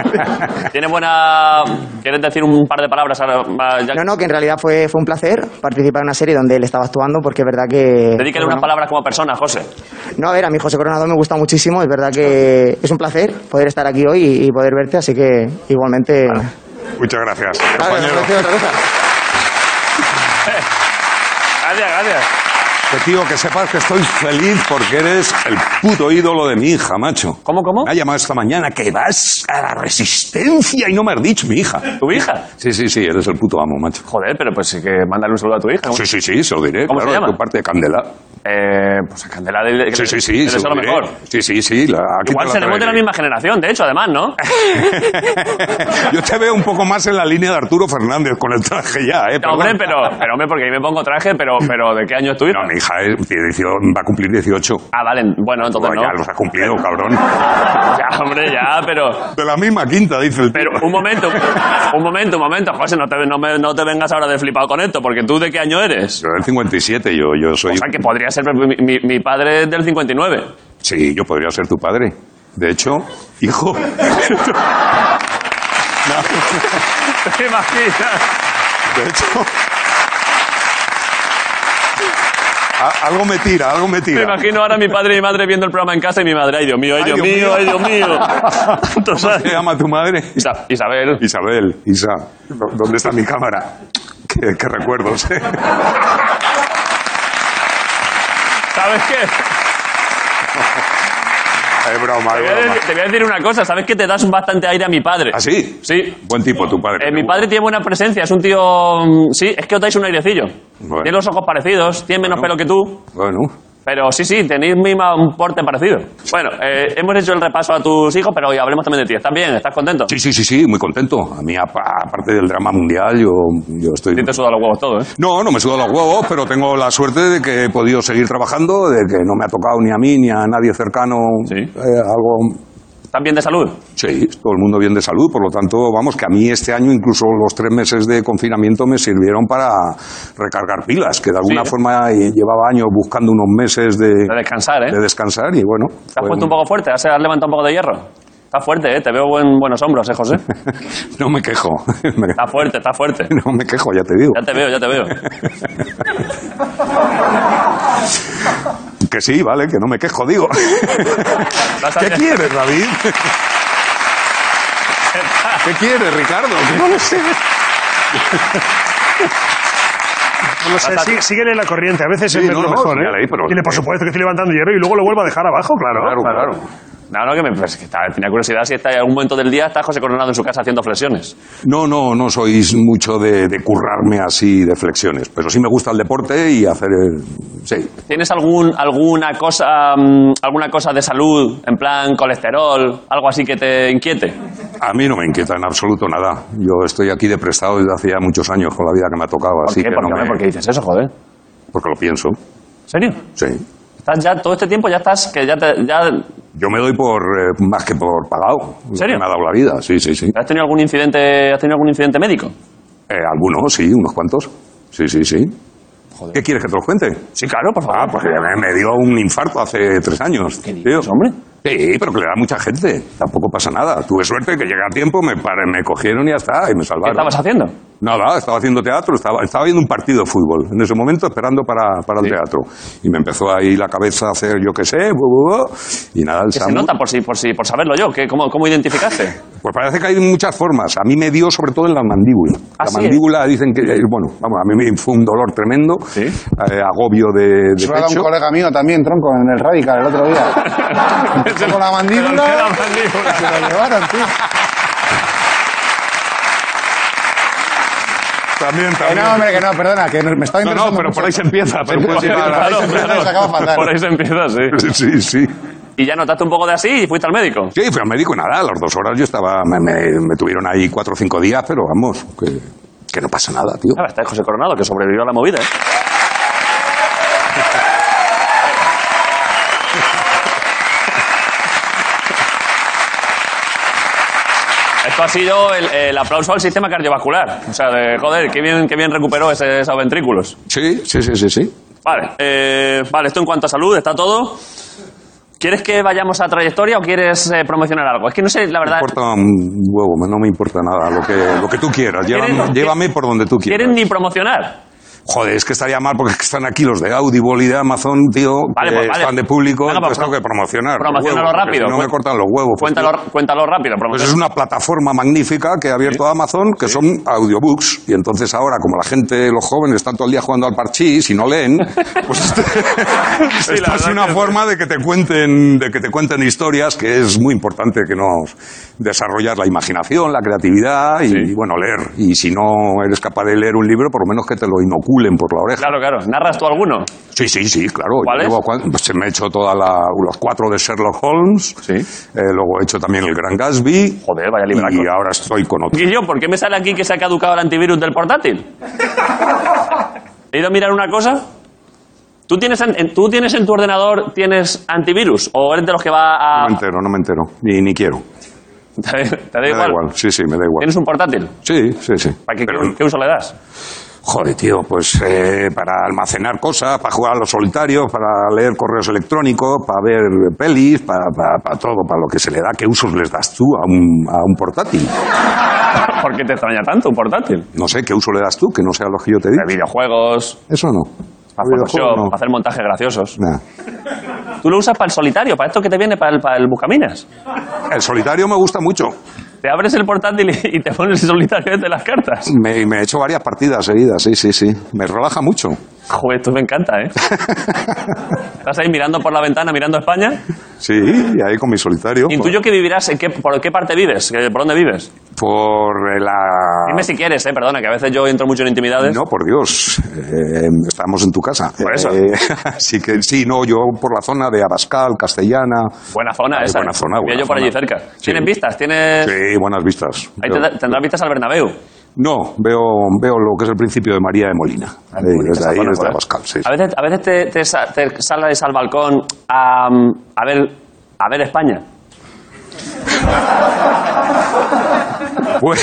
Speaker 1: ¿Tienes buena... ¿Quieres decir un par de palabras ahora? Va, ya-
Speaker 10: No, no, que en realidad fue, fue un placer participar en una serie donde él estaba actuando, porque es verdad que. pues
Speaker 1: Dedícale
Speaker 10: bueno,
Speaker 1: unas palabras como persona, José.
Speaker 10: No, a ver, a mi José Coronado me gusta muchísimo. Es verdad que es un placer poder estar aquí hoy y, y poder verte, así que igualmente.
Speaker 6: Muchas gracias,
Speaker 10: Claro,
Speaker 6: compañero.
Speaker 10: no puedo decir otra cosa.
Speaker 1: Gracias, gracias.
Speaker 6: Que, tío, que sepas que estoy feliz porque eres el puto ídolo de mi hija, macho.
Speaker 1: ¿Cómo, cómo?
Speaker 6: Me ha llamado esta mañana que vas a la resistencia y no me has dicho mi hija.
Speaker 1: ¿Tu hija?
Speaker 6: Sí, sí, sí, eres el puto amo, macho.
Speaker 1: Joder, pero pues sí que mándale un saludo a tu hija.
Speaker 6: Sí, sí, sí, se lo diré.
Speaker 1: ¿Cómo se
Speaker 6: claro, de
Speaker 1: llama?
Speaker 6: tu parte de Candela.
Speaker 1: Eh, pues a Candela de...
Speaker 6: Sí, sí, sí,
Speaker 1: Eso
Speaker 6: se
Speaker 1: es lo
Speaker 6: diré.
Speaker 1: mejor.
Speaker 6: Sí, sí, sí. la- aquí
Speaker 1: Igual
Speaker 6: te la
Speaker 1: seremos de la
Speaker 6: traeré.
Speaker 1: misma generación, de hecho, además, ¿no?
Speaker 6: Yo te veo un poco más en la línea de Arturo Fernández con el traje ya, ¿eh?
Speaker 1: No, hombre,
Speaker 6: Perdón.
Speaker 1: pero, pero hombre, porque ahí me pongo traje, pero, pero ¿de qué año es tu hija?
Speaker 6: No, mi hija es- tiene 18, va a cumplir 18.
Speaker 1: Ah, vale, bueno, entonces
Speaker 6: Bueno,
Speaker 1: no.
Speaker 6: ya los ha cumplido, cabrón.
Speaker 1: Ya, hombre, ya, pero...
Speaker 6: De la misma quinta, dice el tío.
Speaker 1: Pero un momento, un momento, un momento, José, no te, no, me- no te vengas ahora de flipado con esto, porque tú de qué año eres.
Speaker 6: Yo del 57, yo, yo soy...
Speaker 1: O sea, que podría ser mi, mi- mi padre es del 59.
Speaker 6: Sí, yo podría ser tu padre. De hecho, hijo. De
Speaker 1: ¿Te imaginas?
Speaker 6: hecho. A- algo me tira, algo me
Speaker 1: Me
Speaker 6: tira.
Speaker 1: imagino ahora mi padre y mi madre viendo el programa en casa y mi madre, ay Dios mío, ay Dios, mío, ay Dios mío. Tantos
Speaker 6: ¿Cómo se
Speaker 1: años.
Speaker 6: llama tu madre?
Speaker 1: Isa- Isabel,
Speaker 6: Isabel, Isa. ¿dó- ¿Dónde está mi cámara? Qué, qué recuerdos, ¿eh?
Speaker 1: ¿sabes qué?
Speaker 6: Es broma,
Speaker 1: Te
Speaker 6: es
Speaker 1: voy, a
Speaker 6: broma.
Speaker 1: decir, te voy a decir una cosa, ¿sabes que te das bastante aire a mi padre?
Speaker 6: ¿Ah, sí?
Speaker 1: Sí.
Speaker 6: Buen tipo tu padre.
Speaker 1: Eh, mi
Speaker 6: Bueno.
Speaker 1: padre tiene buena presencia, es un tío... mm, Sí, es que os dais un airecillo.
Speaker 6: Bueno.
Speaker 1: Tiene los ojos parecidos, tiene menos
Speaker 6: Bueno.
Speaker 1: pelo que tú.
Speaker 6: Bueno.
Speaker 1: Pero sí, sí, tenéis misma un porte parecido. Bueno, eh, hemos hecho el repaso a tus hijos, pero hoy hablemos también de ti. ¿Estás bien? ¿Estás contento?
Speaker 6: Sí, sí, sí, sí, muy contento. A mí, apa- aparte del drama mundial, yo, yo estoy.
Speaker 1: A ti te sudan los huevos todo, ¿eh?
Speaker 6: No, no me sudo los huevos, pero tengo la suerte de que he podido seguir trabajando, de que no me ha tocado ni a mí ni a nadie cercano
Speaker 1: Sí.
Speaker 6: eh, algo.
Speaker 1: ¿Estás bien de salud?
Speaker 6: Sí, todo el mundo bien de salud, por lo tanto, vamos, que a mí este año incluso los tres meses de confinamiento me sirvieron para recargar pilas, que de alguna
Speaker 1: Sí, ¿eh?
Speaker 6: forma eh, llevaba años buscando unos meses de,
Speaker 1: De descansar, ¿eh?
Speaker 6: de descansar y bueno.
Speaker 1: ¿Te has
Speaker 6: fue
Speaker 1: puesto un
Speaker 6: un-
Speaker 1: poco fuerte? ¿Has has levantado un poco de hierro? Estás fuerte, ¿eh? Te veo en buenos hombros, ¿eh, José?
Speaker 6: no me quejo, Me-
Speaker 1: Estás fuerte, estás fuerte.
Speaker 6: no me quejo, ya te digo.
Speaker 1: Ya te veo, ya te veo.
Speaker 6: Que sí, vale, que no me quejo, digo.
Speaker 1: Vas a
Speaker 6: ¿Qué
Speaker 1: hacer-
Speaker 6: quieres, David? ¿Qué quieres, Ricardo? Que no lo sé.
Speaker 4: No sé, sí, síguele la corriente. A veces
Speaker 6: Sí,
Speaker 4: es
Speaker 6: no,
Speaker 4: lo
Speaker 6: no,
Speaker 4: mejor, ¿eh?
Speaker 6: síguele ahí, pero-
Speaker 4: Dile, por supuesto, que estoy levantando hierro y luego lo vuelvo a dejar abajo, claro.
Speaker 6: Claro, claro.
Speaker 1: No, no, que me, pues, que estaba- tenía curiosidad si está en algún momento del día está José Coronado en su casa haciendo flexiones.
Speaker 6: No, no, no sois mucho de, de currarme así de flexiones, pero sí me gusta el deporte y hacer... el- Sí.
Speaker 1: ¿Tienes algún, alguna, cosa, mm, alguna cosa de salud, en plan colesterol, algo así que te inquiete?
Speaker 6: A mí no me inquieta en absoluto nada. Yo estoy aquí de prestado desde hace ya muchos años con la vida que me ha tocado,
Speaker 1: ¿Por
Speaker 6: así
Speaker 1: qué?
Speaker 6: que
Speaker 1: ¿Por,
Speaker 6: no
Speaker 1: qué,
Speaker 6: me...
Speaker 1: ¿Por qué dices eso, joder? ¿En
Speaker 6: Porque lo pienso,
Speaker 1: serio?
Speaker 6: sí.
Speaker 1: Estás ya, todo este tiempo ya estás, que ya, te- ya
Speaker 6: Yo me doy por eh, más que por pagado. lo
Speaker 1: serio?
Speaker 6: que Me ha dado la vida, sí, sí, sí.
Speaker 1: has tenido algún incidente, has tenido algún incidente médico.
Speaker 6: Eh, algunos, sí, unos cuantos. Sí, sí, sí. ¿Qué quieres que te los cuente?
Speaker 1: Sí, claro, por favor.
Speaker 6: Ah, pues ya me, me dio un infarto hace tres años.
Speaker 1: ¿Qué dices,
Speaker 6: tío.
Speaker 1: hombre?
Speaker 6: Sí, pero que le da a mucha gente. Tampoco pasa nada. Tuve suerte que llegué a tiempo, me, paré, me cogieron y ya está, y me
Speaker 1: ¿Qué
Speaker 6: salvaron.
Speaker 1: estabas haciendo?
Speaker 6: Nada, estaba haciendo teatro, estaba, estaba viendo un partido de fútbol en ese momento, esperando para, para el teatro. Y me empezó ahí la cabeza a hacer yo qué sé, bu, bu, bu, y nada, el
Speaker 1: Que se
Speaker 6: Samu-
Speaker 1: nota por si, por si, por saberlo yo. ¿Qué, cómo, ¿Cómo identificaste?
Speaker 6: Pues parece que hay muchas formas. A mí me dio sobre todo en la mandíbula.
Speaker 1: Ah,
Speaker 6: la
Speaker 1: ¿sí?
Speaker 6: mandíbula dicen que, eh, bueno, vamos, a mí me fue un dolor tremendo, eh, agobio de, de
Speaker 3: Se lo ha dado un
Speaker 6: pecho.
Speaker 3: colega mío también, tronco, en el Radical el otro día. Empezó con la mandíbula. Se lo llevaron, tío.
Speaker 6: También,
Speaker 3: Que no, hombre, que no, perdona, que me estaba
Speaker 6: No,
Speaker 3: interesando
Speaker 6: no, pero
Speaker 3: mucho.
Speaker 6: por ahí se empieza. Pero por
Speaker 3: Sí,
Speaker 6: ahí se
Speaker 3: sí,
Speaker 6: empieza.
Speaker 3: claro. se acaba fatal.
Speaker 1: Por ahí se empieza, sí.
Speaker 6: Sí, sí.
Speaker 1: Y ya notaste un poco de así y fuiste al médico.
Speaker 6: Sí, fui al médico y nada, a las dos horas yo estaba, me, me- me tuvieron ahí cuatro o cinco días, pero vamos, que, que no pasa nada, tío.
Speaker 1: Ah, está José Coronado, que sobrevivió a la movida. ¿eh? Esto ha sido el, el aplauso al sistema cardiovascular. O sea, de, joder, qué bien, qué bien recuperó ese- esos ventrículos.
Speaker 6: Sí, sí, sí, sí, sí.
Speaker 1: Vale, eh, vale, esto en cuanto a salud, está todo. ¿Quieres que vayamos a trayectoria o quieres eh, promocionar algo? Es que no sé, la
Speaker 6: Me
Speaker 1: verdad.
Speaker 6: importa un huevo, no me importa nada, lo que, lo que tú quieras, llévame,
Speaker 1: ¿Quieren-
Speaker 6: llévame por donde tú quieras.
Speaker 1: ¿Quieren ni promocionar?
Speaker 6: Joder, es que estaría mal porque es que están aquí los de Audible y de Amazon, tío,
Speaker 1: Vale,
Speaker 6: que
Speaker 1: pues, vale.
Speaker 6: están de público,
Speaker 1: Venga,
Speaker 6: entonces
Speaker 1: pues,
Speaker 6: tengo que promocionar. los
Speaker 1: Promocionalo
Speaker 6: huevos, porque
Speaker 1: rápido.
Speaker 6: si no me
Speaker 1: Cuen-
Speaker 6: cortan los huevos. pues,
Speaker 1: Cuéntalo,
Speaker 6: tío.
Speaker 1: cuéntalo rápido,
Speaker 6: Pues es
Speaker 1: promociona.
Speaker 6: una plataforma magnífica que ha abierto Amazon, que son audiobooks. Y entonces ahora, como la gente, los jóvenes, están todo el día jugando al parchís y no leen, pues este-
Speaker 1: la
Speaker 6: esta es
Speaker 1: verdad
Speaker 6: una
Speaker 1: que-
Speaker 6: forma de que te cuenten, de que te cuenten historias, que es muy importante que nos desarrollar la imaginación, la creatividad y, y, bueno, leer. Y si no eres capaz de leer un libro, por lo menos que te lo inoculen por la oreja.
Speaker 1: Claro, claro. ¿Narras tú alguno?
Speaker 6: Sí, sí, sí, claro. Yo
Speaker 1: ¿Cuál es?
Speaker 6: llevo cua- pues, me he hecho toda la- los cuatro de Sherlock Holmes.
Speaker 1: Sí.
Speaker 6: Eh, luego he hecho también el Gran Gatsby.
Speaker 1: Joder, vaya libraco.
Speaker 6: Y ahora estoy con otro.
Speaker 1: Guillo, ¿por qué me sale aquí que se ha caducado el antivirus del portátil? He ido a mirar una cosa. ¿Tú tienes en, en- ¿tú tienes en tu ordenador tienes antivirus? ¿O eres de los que va
Speaker 6: No
Speaker 1: a.?
Speaker 6: me entero, no me entero. Ni, ni quiero.
Speaker 1: ¿Te, da- te da
Speaker 6: Me
Speaker 1: igual?
Speaker 6: da igual. Sí, sí, me da igual.
Speaker 1: ¿Tienes un portátil?
Speaker 6: Sí, sí, sí.
Speaker 1: ¿Para qué,
Speaker 6: Pero-
Speaker 1: qué- qué uso le das?
Speaker 6: Joder, tío, pues eh, para almacenar cosas, para jugar a los solitarios, para leer correos electrónicos, para ver pelis, para, para- para todo, para lo que se le da. ¿Qué usos les das tú a un, a un portátil?
Speaker 1: ¿Por qué te extraña tanto un portátil?
Speaker 6: No sé, ¿qué uso le das tú? Que no sea lo que yo te digo.
Speaker 1: De videojuegos,
Speaker 6: Eso no.
Speaker 1: para
Speaker 6: Videojuegos,
Speaker 1: Photoshop,
Speaker 6: no.
Speaker 1: para hacer montajes graciosos.
Speaker 6: Nah.
Speaker 1: ¿Tú lo usas para el solitario? ¿Para esto que te viene? ¿Para el, para el buscaminas?
Speaker 6: El solitario me gusta mucho.
Speaker 1: Te abres el portátil y, y te pones el solitario de las cartas.
Speaker 6: Me, me he hecho varias partidas seguidas, sí, sí, sí. Me relaja mucho.
Speaker 1: Joder, esto me encanta, ¿eh? Estás ahí mirando por la ventana, mirando España.
Speaker 6: Sí, y ahí con mi solitario. pues.
Speaker 1: Intuyo que vivirás, en qué, ¿por qué parte vives? ¿Que- ¿Por dónde vives?
Speaker 6: Por eh, la...
Speaker 1: Dime si quieres, ¿eh? Perdona, que a veces yo entro mucho en intimidades.
Speaker 6: No, por Dios. Eh, estamos en tu casa.
Speaker 1: Por eso.
Speaker 6: Eh, así que sí, no, yo por la zona de Abascal, Castellana.
Speaker 1: Buena zona
Speaker 6: Ay,
Speaker 1: esa.
Speaker 6: buena zona,
Speaker 1: Vivía
Speaker 6: buena
Speaker 1: yo por allí
Speaker 6: zona.
Speaker 1: cerca.
Speaker 6: Sí.
Speaker 1: ¿Tienes vistas? ¿Tienes...?
Speaker 6: Sí, buenas vistas.
Speaker 1: Ahí te da- tendrás vistas al Bernabéu.
Speaker 6: No, veo, veo lo que es el principio de María de Molina. Eh, desde
Speaker 1: Esa
Speaker 6: ahí,
Speaker 1: zona,
Speaker 6: desde
Speaker 1: joder.
Speaker 6: Abascal, sí.
Speaker 1: A veces, a veces te, te sa- te sales al balcón a, a ver, a ver España.
Speaker 6: Pues-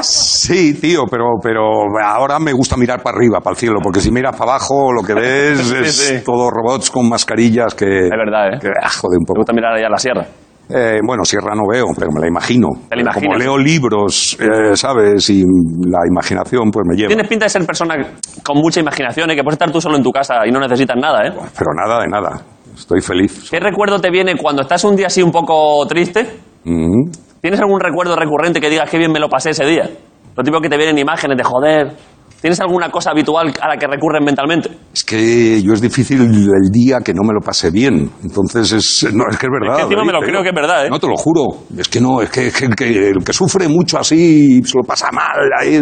Speaker 6: sí, tío, pero, pero ahora me gusta mirar para arriba, para el cielo, porque si miras para abajo lo que ves es
Speaker 1: sí.
Speaker 6: todo robots con mascarillas que...
Speaker 1: Es verdad, ¿eh?
Speaker 6: que, ah, jode un
Speaker 1: Me
Speaker 6: poco.
Speaker 1: gusta mirar allá a la sierra.
Speaker 6: Eh, bueno, Sierra no veo, pero me la imagino.
Speaker 1: Te la imaginas.
Speaker 6: Como leo libros, eh, ¿sabes? Y la imaginación pues me lleva.
Speaker 1: Tienes pinta de ser persona con mucha imaginación y que puedes estar tú solo en tu casa y no necesitas nada, ¿eh?
Speaker 6: Pero nada de nada. Estoy feliz.
Speaker 1: ¿Qué recuerdo te viene cuando estás un día así un poco triste?
Speaker 6: Mm.
Speaker 1: ¿Tienes algún recuerdo recurrente que digas qué bien me lo pasé ese día? Lo tipo que te vienen imágenes de joder, ¿Tienes alguna cosa habitual a la que recurren mentalmente?
Speaker 6: Es que yo es difícil el día que no me lo pase bien. Entonces es. No, es que es
Speaker 1: Es
Speaker 6: verdad.
Speaker 1: que encima me lo
Speaker 6: David,
Speaker 1: creo que es verdad, ¿eh?
Speaker 6: Ah, No te lo juro. Es que no, es que, que- que el que sufre mucho así se lo pasa mal. ahí,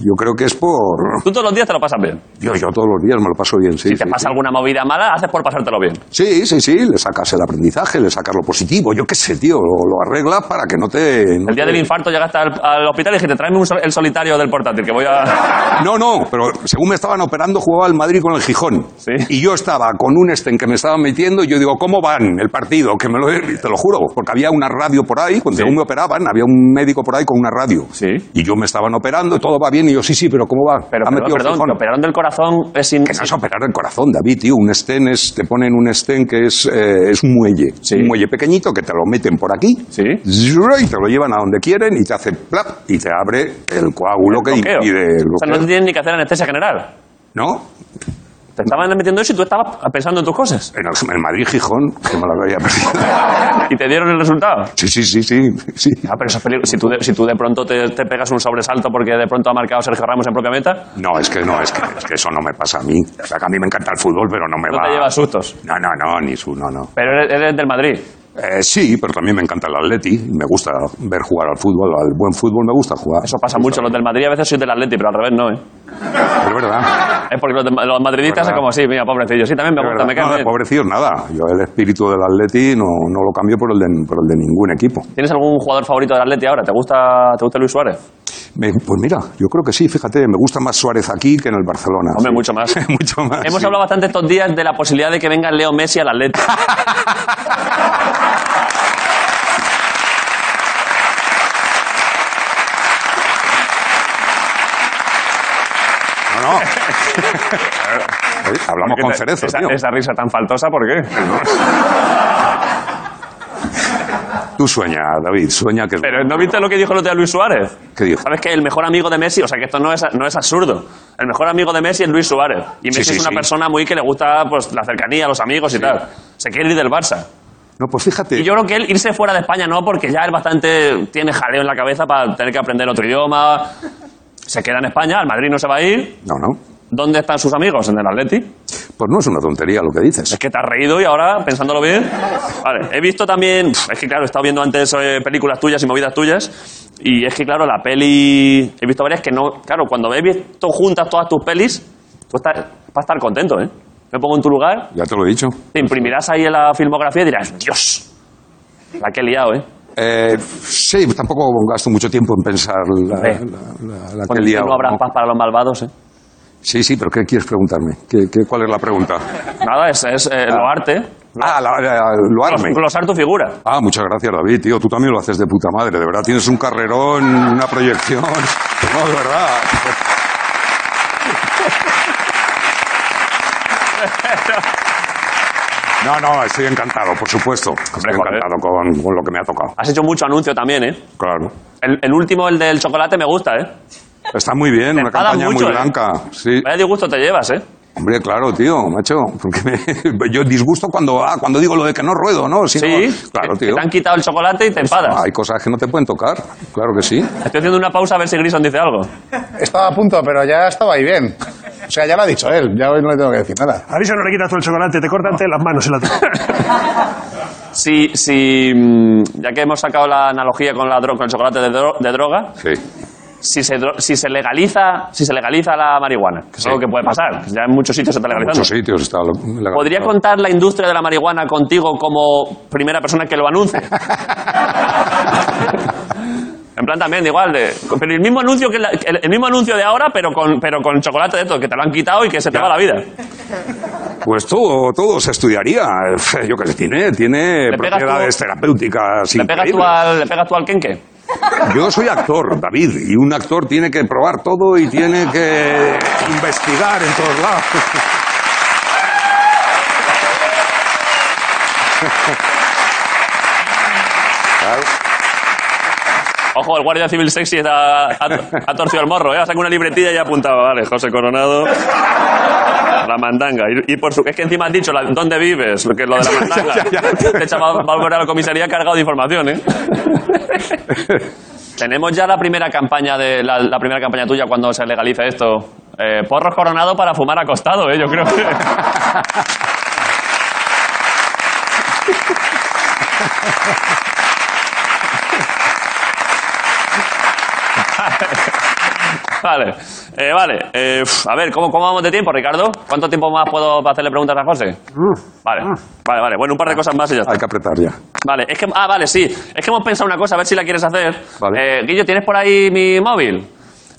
Speaker 6: yo creo que es por.
Speaker 1: Tú todos los días te lo pasas bien.
Speaker 6: Yo, yo todos los días me lo paso bien, sí.
Speaker 1: si te
Speaker 6: sí,
Speaker 1: pasa alguna movida mala, haces por pasártelo bien.
Speaker 6: Sí, sí, sí, le sacas el aprendizaje, le sacas lo positivo, yo qué sé, tío, lo, lo arreglas para que no te... no
Speaker 1: El día
Speaker 6: te-
Speaker 1: del infarto llegaste al, al hospital y dijiste, tráeme un sol- el solitario del portátil, que voy a...
Speaker 6: No, no, pero según me estaban operando jugaba el Madrid con el Gijón. Y yo estaba con un estén que me estaba metiendo y yo digo, ¿cómo van el partido? Que me lo, te lo juro, porque había una radio por ahí, cuando según me operaban, había un médico por ahí con una radio. Y yo me estaban operando, todo va bien, y yo, sí, sí, pero ¿cómo va?
Speaker 1: Pero,
Speaker 6: Ha
Speaker 1: perdón,
Speaker 6: metido el
Speaker 1: perdón,
Speaker 6: Gijón.
Speaker 1: te operaron del corazón es sin...
Speaker 6: Que no es operar el corazón, David, tío. Un estén es, te ponen un estén que es, eh, es un muelle. Un muelle pequeñito que te lo meten por aquí. zurra, Y te lo llevan a donde quieren y te hace plap y te abre el coágulo que
Speaker 1: bloqueo.
Speaker 6: impide
Speaker 1: O sea,
Speaker 6: el
Speaker 1: no te
Speaker 6: bloqueo.
Speaker 1: tienen ni que hacer anestesia general.
Speaker 6: ¿No?
Speaker 1: Te estaban metiendo eso y tú estabas pensando en tus cosas.
Speaker 6: En el, en Madrid Gijón, que me lo había perdido.
Speaker 1: ¿Y te dieron el resultado?
Speaker 6: Sí, sí, sí, sí. sí.
Speaker 1: Ah, pero eso es peligro- Si tú de, si tú de pronto te, te pegas un sobresalto porque de pronto ha marcado Sergio Ramos en propia meta,
Speaker 6: No, es que no, es que, es que eso no me pasa a mí. O sea, que a mí me encanta el fútbol, pero no me
Speaker 1: no
Speaker 6: va.
Speaker 1: te llevas sustos.
Speaker 6: No, no, no, ni su, no, no.
Speaker 1: Pero eres, eres del Madrid.
Speaker 6: Eh, sí, pero también me encanta el Atleti. Me gusta ver jugar al fútbol, al buen fútbol me gusta jugar.
Speaker 1: Eso pasa mucho. Los del Madrid a veces sois del Atleti, pero al revés no, ¿eh?
Speaker 6: Es verdad.
Speaker 1: Es porque los, de- los madridistas
Speaker 6: Verdad.
Speaker 1: son como así, mira, pobrecillo. Sí, también me gusta, me cae
Speaker 6: no, de
Speaker 1: bien.
Speaker 6: pobrecillos nada. Yo el espíritu del Atleti no, no lo cambio por el, de, por el de ningún equipo.
Speaker 1: ¿Tienes algún jugador favorito del Atleti ahora? ¿Te gusta, te gusta Luis Suárez?
Speaker 6: Me- pues mira, yo creo que sí, fíjate, me gusta más Suárez aquí que en el Barcelona.
Speaker 1: Hombre,
Speaker 6: Sí.
Speaker 1: mucho más.
Speaker 6: mucho más.
Speaker 1: Hemos
Speaker 6: sí.
Speaker 1: hablado bastante estos días de la posibilidad de que venga Leo Messi al Atleti.
Speaker 6: No, no. Eh, Hablamos con Cerezo,
Speaker 1: esa,
Speaker 6: tío.
Speaker 1: esa risa tan faltosa, ¿por qué?
Speaker 6: Tú sueña, David, sueña que...
Speaker 1: Pero ¿no viste lo que dijo el otro día Luis Suárez?
Speaker 6: ¿Qué dijo?
Speaker 1: ¿Sabes que el mejor amigo de Messi, o sea que esto no es, no es absurdo, el mejor amigo de Messi es Luis Suárez. Y Messi
Speaker 6: Sí, sí,
Speaker 1: es una
Speaker 6: sí.
Speaker 1: persona muy que le gusta pues, la cercanía, los amigos y tal. Se quiere ir del Barça.
Speaker 6: No, pues fíjate,
Speaker 1: Y yo creo que él irse fuera de España no, porque ya él bastante tiene jaleo en la cabeza para tener que aprender otro idioma. Se queda en España, al Madrid no se va a ir.
Speaker 6: No, no.
Speaker 1: ¿Dónde están sus amigos? ¿En el Atleti?
Speaker 6: Pues no es una tontería lo que dices.
Speaker 1: Es que te has reído y ahora, pensándolo bien. Vale, he visto también. Es que, claro, he estado viendo antes eh, películas tuyas y movidas tuyas. Y es que, claro, la peli. He visto varias que no. Claro, cuando he visto juntas todas tus pelis, tú estás, vas a estar contento, ¿eh? Me pongo en tu lugar,
Speaker 6: Ya te lo he dicho.
Speaker 1: te imprimirás ahí en la filmografía y dirás, ¡Dios! La que he liado, ¿eh?
Speaker 6: Eh, sí, tampoco gasto mucho tiempo en pensar la,
Speaker 1: Hombre.
Speaker 6: la- la- la que he
Speaker 1: Con el
Speaker 6: liado,
Speaker 1: no habrá
Speaker 6: ¿no?
Speaker 1: paz para los malvados, ¿eh?
Speaker 6: Sí, sí, pero ¿qué quieres preguntarme? ¿Qué, qué- cuál es la pregunta?
Speaker 1: Nada, es, es eh, lo arte.
Speaker 6: Ah, la, la- lo arme.
Speaker 1: Glosar tu figura.
Speaker 6: Ah, muchas gracias, David, tío. Tú también lo haces de puta madre, de verdad. Tienes un carrerón, una proyección. No, de verdad. No, no, estoy encantado, por supuesto. Estoy
Speaker 1: joder.
Speaker 6: encantado con, con lo que me ha tocado.
Speaker 1: Has hecho mucho anuncio también, ¿eh?
Speaker 6: Claro.
Speaker 1: El, el último, el del chocolate, me gusta, ¿eh?
Speaker 6: Está muy bien, una
Speaker 1: enfadas
Speaker 6: campaña
Speaker 1: mucho,
Speaker 6: muy
Speaker 1: ¿eh?
Speaker 6: blanca. Ah, Sí.
Speaker 1: Vaya disgusto te llevas, ¿eh?
Speaker 6: Hombre, claro, tío, macho. Porque me- yo disgusto cuando, ah, cuando digo lo de que no ruedo, ¿no? Si no-
Speaker 1: Sí,
Speaker 6: claro,
Speaker 1: que- que
Speaker 6: tío.
Speaker 1: te han quitado el chocolate y te enfadas.
Speaker 6: Hay cosas que no te pueden tocar, claro que sí.
Speaker 1: Estoy haciendo una pausa a ver si Grison dice algo.
Speaker 3: Estaba a punto, pero ya estaba ahí bien. O sea, ya lo ha dicho él, ya hoy no le tengo que decir nada.
Speaker 4: A Grison no le quitas todo el chocolate, te cortan las manos en la
Speaker 1: Si, si, mm, ya que hemos sacado la analogía con, la dro- con el chocolate de, dro- de droga,
Speaker 6: Sí.
Speaker 1: si se, dro- si, se legaliza, si se legaliza la marihuana, que es algo que puede pasar, que ya en muchos sitios se está
Speaker 6: En
Speaker 1: legalizando.
Speaker 6: muchos sitios está lo- la-
Speaker 1: ¿Podría
Speaker 6: la-
Speaker 1: contar la industria de la marihuana contigo como primera persona que lo anuncie? en plan también, igual, de, pero el mismo anuncio que la- el, el mismo anuncio de ahora, pero con, pero con chocolate de todo, que te lo han quitado y que se te va la vida.
Speaker 6: Pues todo, todo se estudiaría. Yo qué sé, tiene, tiene
Speaker 1: Le pegas
Speaker 6: propiedades
Speaker 1: tú-
Speaker 6: terapéuticas
Speaker 1: ¿Le pegas, tú
Speaker 6: increíbles.
Speaker 1: al, ¿Le pegas tú al Kenke?
Speaker 6: Yo soy actor, David, y un actor tiene que probar todo y tiene que investigar en todos lados. Claro.
Speaker 1: Ojo, el guardia civil sexy está- ha, ha torcido el morro, ¿eh? Ha sacado una libretilla y ha apuntado, vale, José Coronado, la mandanga. Y, y por su, es que encima has dicho, la- ¿dónde vives? Lo que es lo de la mandanga.
Speaker 6: Ya, ya, ya.
Speaker 1: Este chaval va a volver a la comisaría cargado de información, ¿eh? Tenemos ya la primera campaña de la, la primera campaña tuya cuando se legalice esto. Eh, porros coronado para fumar acostado, ¿eh? yo creo que. Vale, eh, vale. Eh, uf, a ver, ¿cómo, ¿cómo vamos de tiempo, Ricardo? ¿Cuánto tiempo más puedo hacerle preguntas a José? Vale, vale, vale. Bueno, un par de cosas más y ya está.
Speaker 6: Hay que apretar ya.
Speaker 1: Vale, es que. Ah, vale, sí. Es que hemos pensado una cosa, a ver si la quieres hacer. Eh, Guillo, ¿tienes por ahí mi móvil?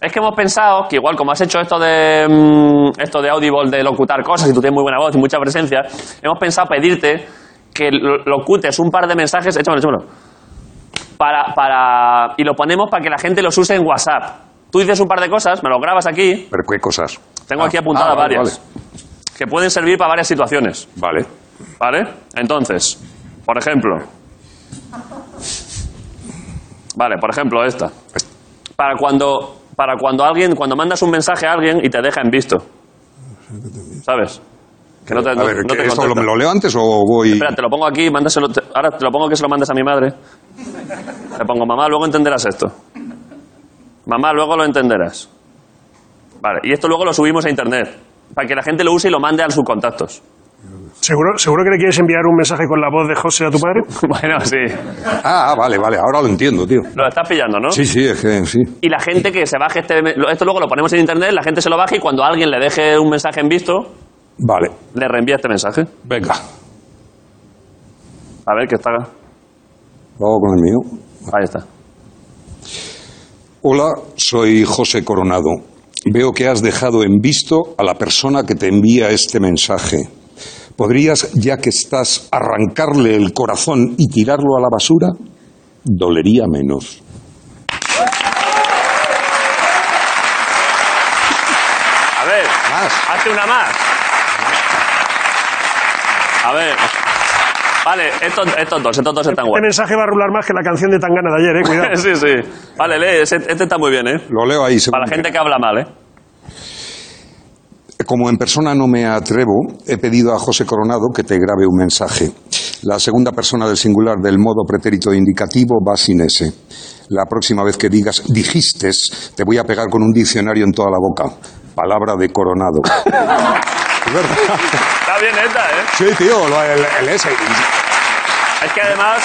Speaker 1: Es que hemos pensado que igual como has hecho esto de mm, esto de Audible de locutar cosas y tú tienes muy buena voz y mucha presencia, hemos pensado pedirte que lo- locutes un par de mensajes, échamelo, échamelo. Para, para y lo ponemos para que la gente los use en WhatsApp. Tú dices un par de cosas, me lo grabas aquí.
Speaker 6: Pero qué cosas.
Speaker 1: Tengo aquí apuntadas
Speaker 6: ah, vale,
Speaker 1: varias que pueden servir para varias situaciones.
Speaker 6: Vale.
Speaker 1: ¿Vale? Entonces, por ejemplo. Vale, por ejemplo, esta. Para cuando, para cuando alguien, cuando mandas un mensaje a alguien y te deja en visto. ¿Sabes? Que no te,
Speaker 6: A
Speaker 1: no-
Speaker 6: ver,
Speaker 1: no
Speaker 6: ¿qué,
Speaker 1: te
Speaker 6: ¿esto lo,
Speaker 1: contesta.
Speaker 6: me lo leo antes o voy...?
Speaker 1: Espera, te lo pongo aquí, mándaselo. te- ahora te lo pongo que se lo mandes a mi madre. Le pongo, mamá, luego entenderás esto. Mamá, luego lo entenderás. Vale, y esto luego lo subimos a internet. Para que la gente lo use y lo mande a sus contactos.
Speaker 4: ¿Seguro, ¿Seguro que le quieres enviar un mensaje con la voz de José a tu padre?
Speaker 1: Bueno, sí.
Speaker 6: Ah, ah, vale, vale, ahora lo entiendo, tío.
Speaker 1: Lo estás pillando, ¿no?
Speaker 6: Sí, sí, es que sí.
Speaker 1: Y la gente que se baje este. lo- Esto luego lo ponemos en internet, la gente se lo baja y cuando alguien le deje un mensaje en visto,
Speaker 6: Vale,
Speaker 1: le reenvía este mensaje.
Speaker 6: venga.
Speaker 1: A ver qué está.
Speaker 6: Lo hago con el mío.
Speaker 1: Ahí está.
Speaker 6: Hola, soy José Coronado. Veo que has dejado en visto a la persona que te envía este mensaje. ¿Podrías, ya que estás, arrancarle el corazón y tirarlo a la basura? Dolería menos.
Speaker 1: A ver, hazte una más. A ver. Vale, estos, estos dos, estos dos están
Speaker 4: Este
Speaker 1: guapos.
Speaker 4: mensaje va a rular más que la canción de Tangana de ayer, eh, cuidado.
Speaker 1: sí, sí. Vale, lee, ese- este, está muy bien, ¿eh?
Speaker 6: Lo leo ahí.
Speaker 1: Para la gente que habla mal, ¿eh?
Speaker 6: Como en persona no me atrevo, he pedido a José Coronado que te grabe un mensaje. La segunda persona del singular del modo pretérito indicativo va sin ese. La próxima vez que digas dijiste, te voy a pegar con un diccionario en toda la boca. Palabra de Coronado. Es verdad.
Speaker 1: Está bien esta, ¿eh?
Speaker 6: Sí, tío, lo- el, el ese.
Speaker 1: Es que además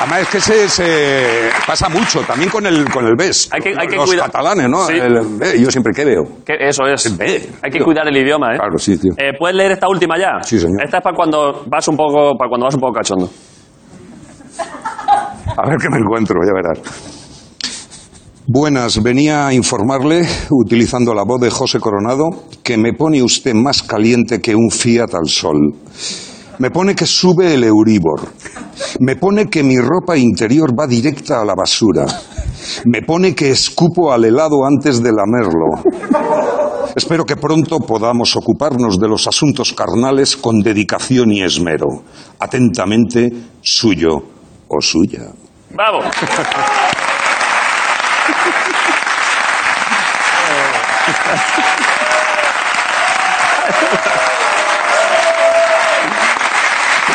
Speaker 6: Además, es que se, se pasa mucho, también con el, con el BES.
Speaker 1: Hay que- hay que
Speaker 6: Los
Speaker 1: cuidar-
Speaker 6: catalanes, ¿no?
Speaker 1: Sí.
Speaker 6: El ve, yo siempre, ¿qué veo?
Speaker 1: que eso es.
Speaker 6: Ve,
Speaker 1: Hay que
Speaker 6: tío.
Speaker 1: cuidar el idioma, ¿eh?
Speaker 6: Claro, sí, tío.
Speaker 1: Eh, ¿Puedes leer esta última ya?
Speaker 6: Sí, señor.
Speaker 1: Esta es para cuando vas un poco, para cuando vas un poco cachondo.
Speaker 6: A ver qué me encuentro, ya verás. Buenas, venía a informarle, utilizando la voz de José Coronado, que me pone usted más caliente que un Fiat al sol. Me pone que sube el Euribor. Me pone que mi ropa interior va directa a la basura. Me pone que escupo al helado antes de lamerlo. Espero que pronto podamos ocuparnos de los asuntos carnales con dedicación y esmero. Atentamente, suyo o suya.
Speaker 1: ¡Bravo!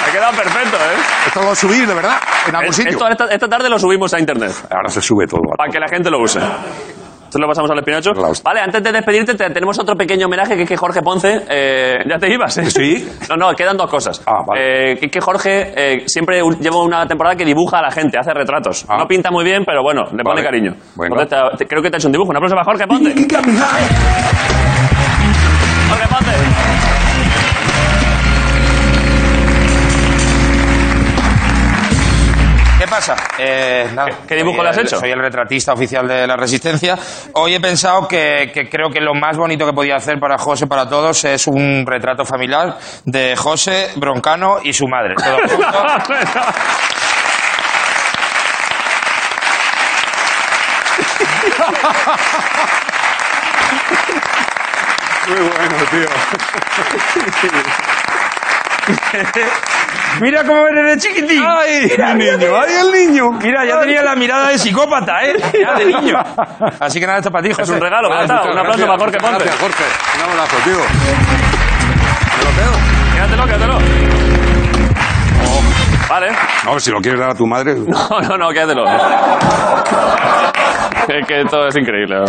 Speaker 1: Ha quedado perfecto, ¿eh?
Speaker 3: Esto lo voy a subir, de verdad, en algún
Speaker 1: Es-
Speaker 3: sitio.
Speaker 1: esto esta, esta tarde lo subimos a internet
Speaker 6: Ahora se sube todo.
Speaker 1: para que la gente lo use. Entonces lo pasamos al espinacho.
Speaker 6: La hostia.
Speaker 1: Vale, antes de despedirte, te- tenemos otro pequeño homenaje que es que Jorge Ponce. eh, ya te ibas, ¿eh?
Speaker 6: Sí.
Speaker 1: No, no, quedan dos cosas.
Speaker 6: Ah, vale.
Speaker 1: Eh, que, que Jorge eh, siempre u- lleva una temporada que dibuja a la gente, hace retratos.
Speaker 6: Ah.
Speaker 1: No pinta muy bien, pero bueno, le pone
Speaker 6: Vale.
Speaker 1: cariño.
Speaker 6: Bueno.
Speaker 1: Entonces te- te- creo que te ha hecho un dibujo. Un aplauso para Jorge Ponce. Jorge Ponce.
Speaker 11: ¿Qué pasa? Eh, nada,
Speaker 1: qué dibujo
Speaker 11: soy
Speaker 1: le has
Speaker 11: el-
Speaker 1: hecho?
Speaker 11: Soy el retratista oficial de la Resistencia. Hoy he pensado que, que creo que lo más bonito que podía hacer para José, para todos, es un retrato familiar de José, Broncano y su madre. Todo junto. Mira cómo eres de chiquitín. ¡Ay, niño! ¡Ay, el niño! Mira, ya tenía la mirada de psicópata, ¿eh? Ya de niño. Así que nada, esto es para ti, José.
Speaker 1: Es un regalo, me ha
Speaker 11: Vale,
Speaker 1: dado. Un aplauso para Jorge Ponte.
Speaker 6: Gracias, Jorge. Un abrazo, tío.
Speaker 1: Quédatelo, quédatelo. Oh, Vale.
Speaker 6: No, si lo quieres dar a tu madre.
Speaker 1: No, no, no, quédatelo. Es que todo es increíble.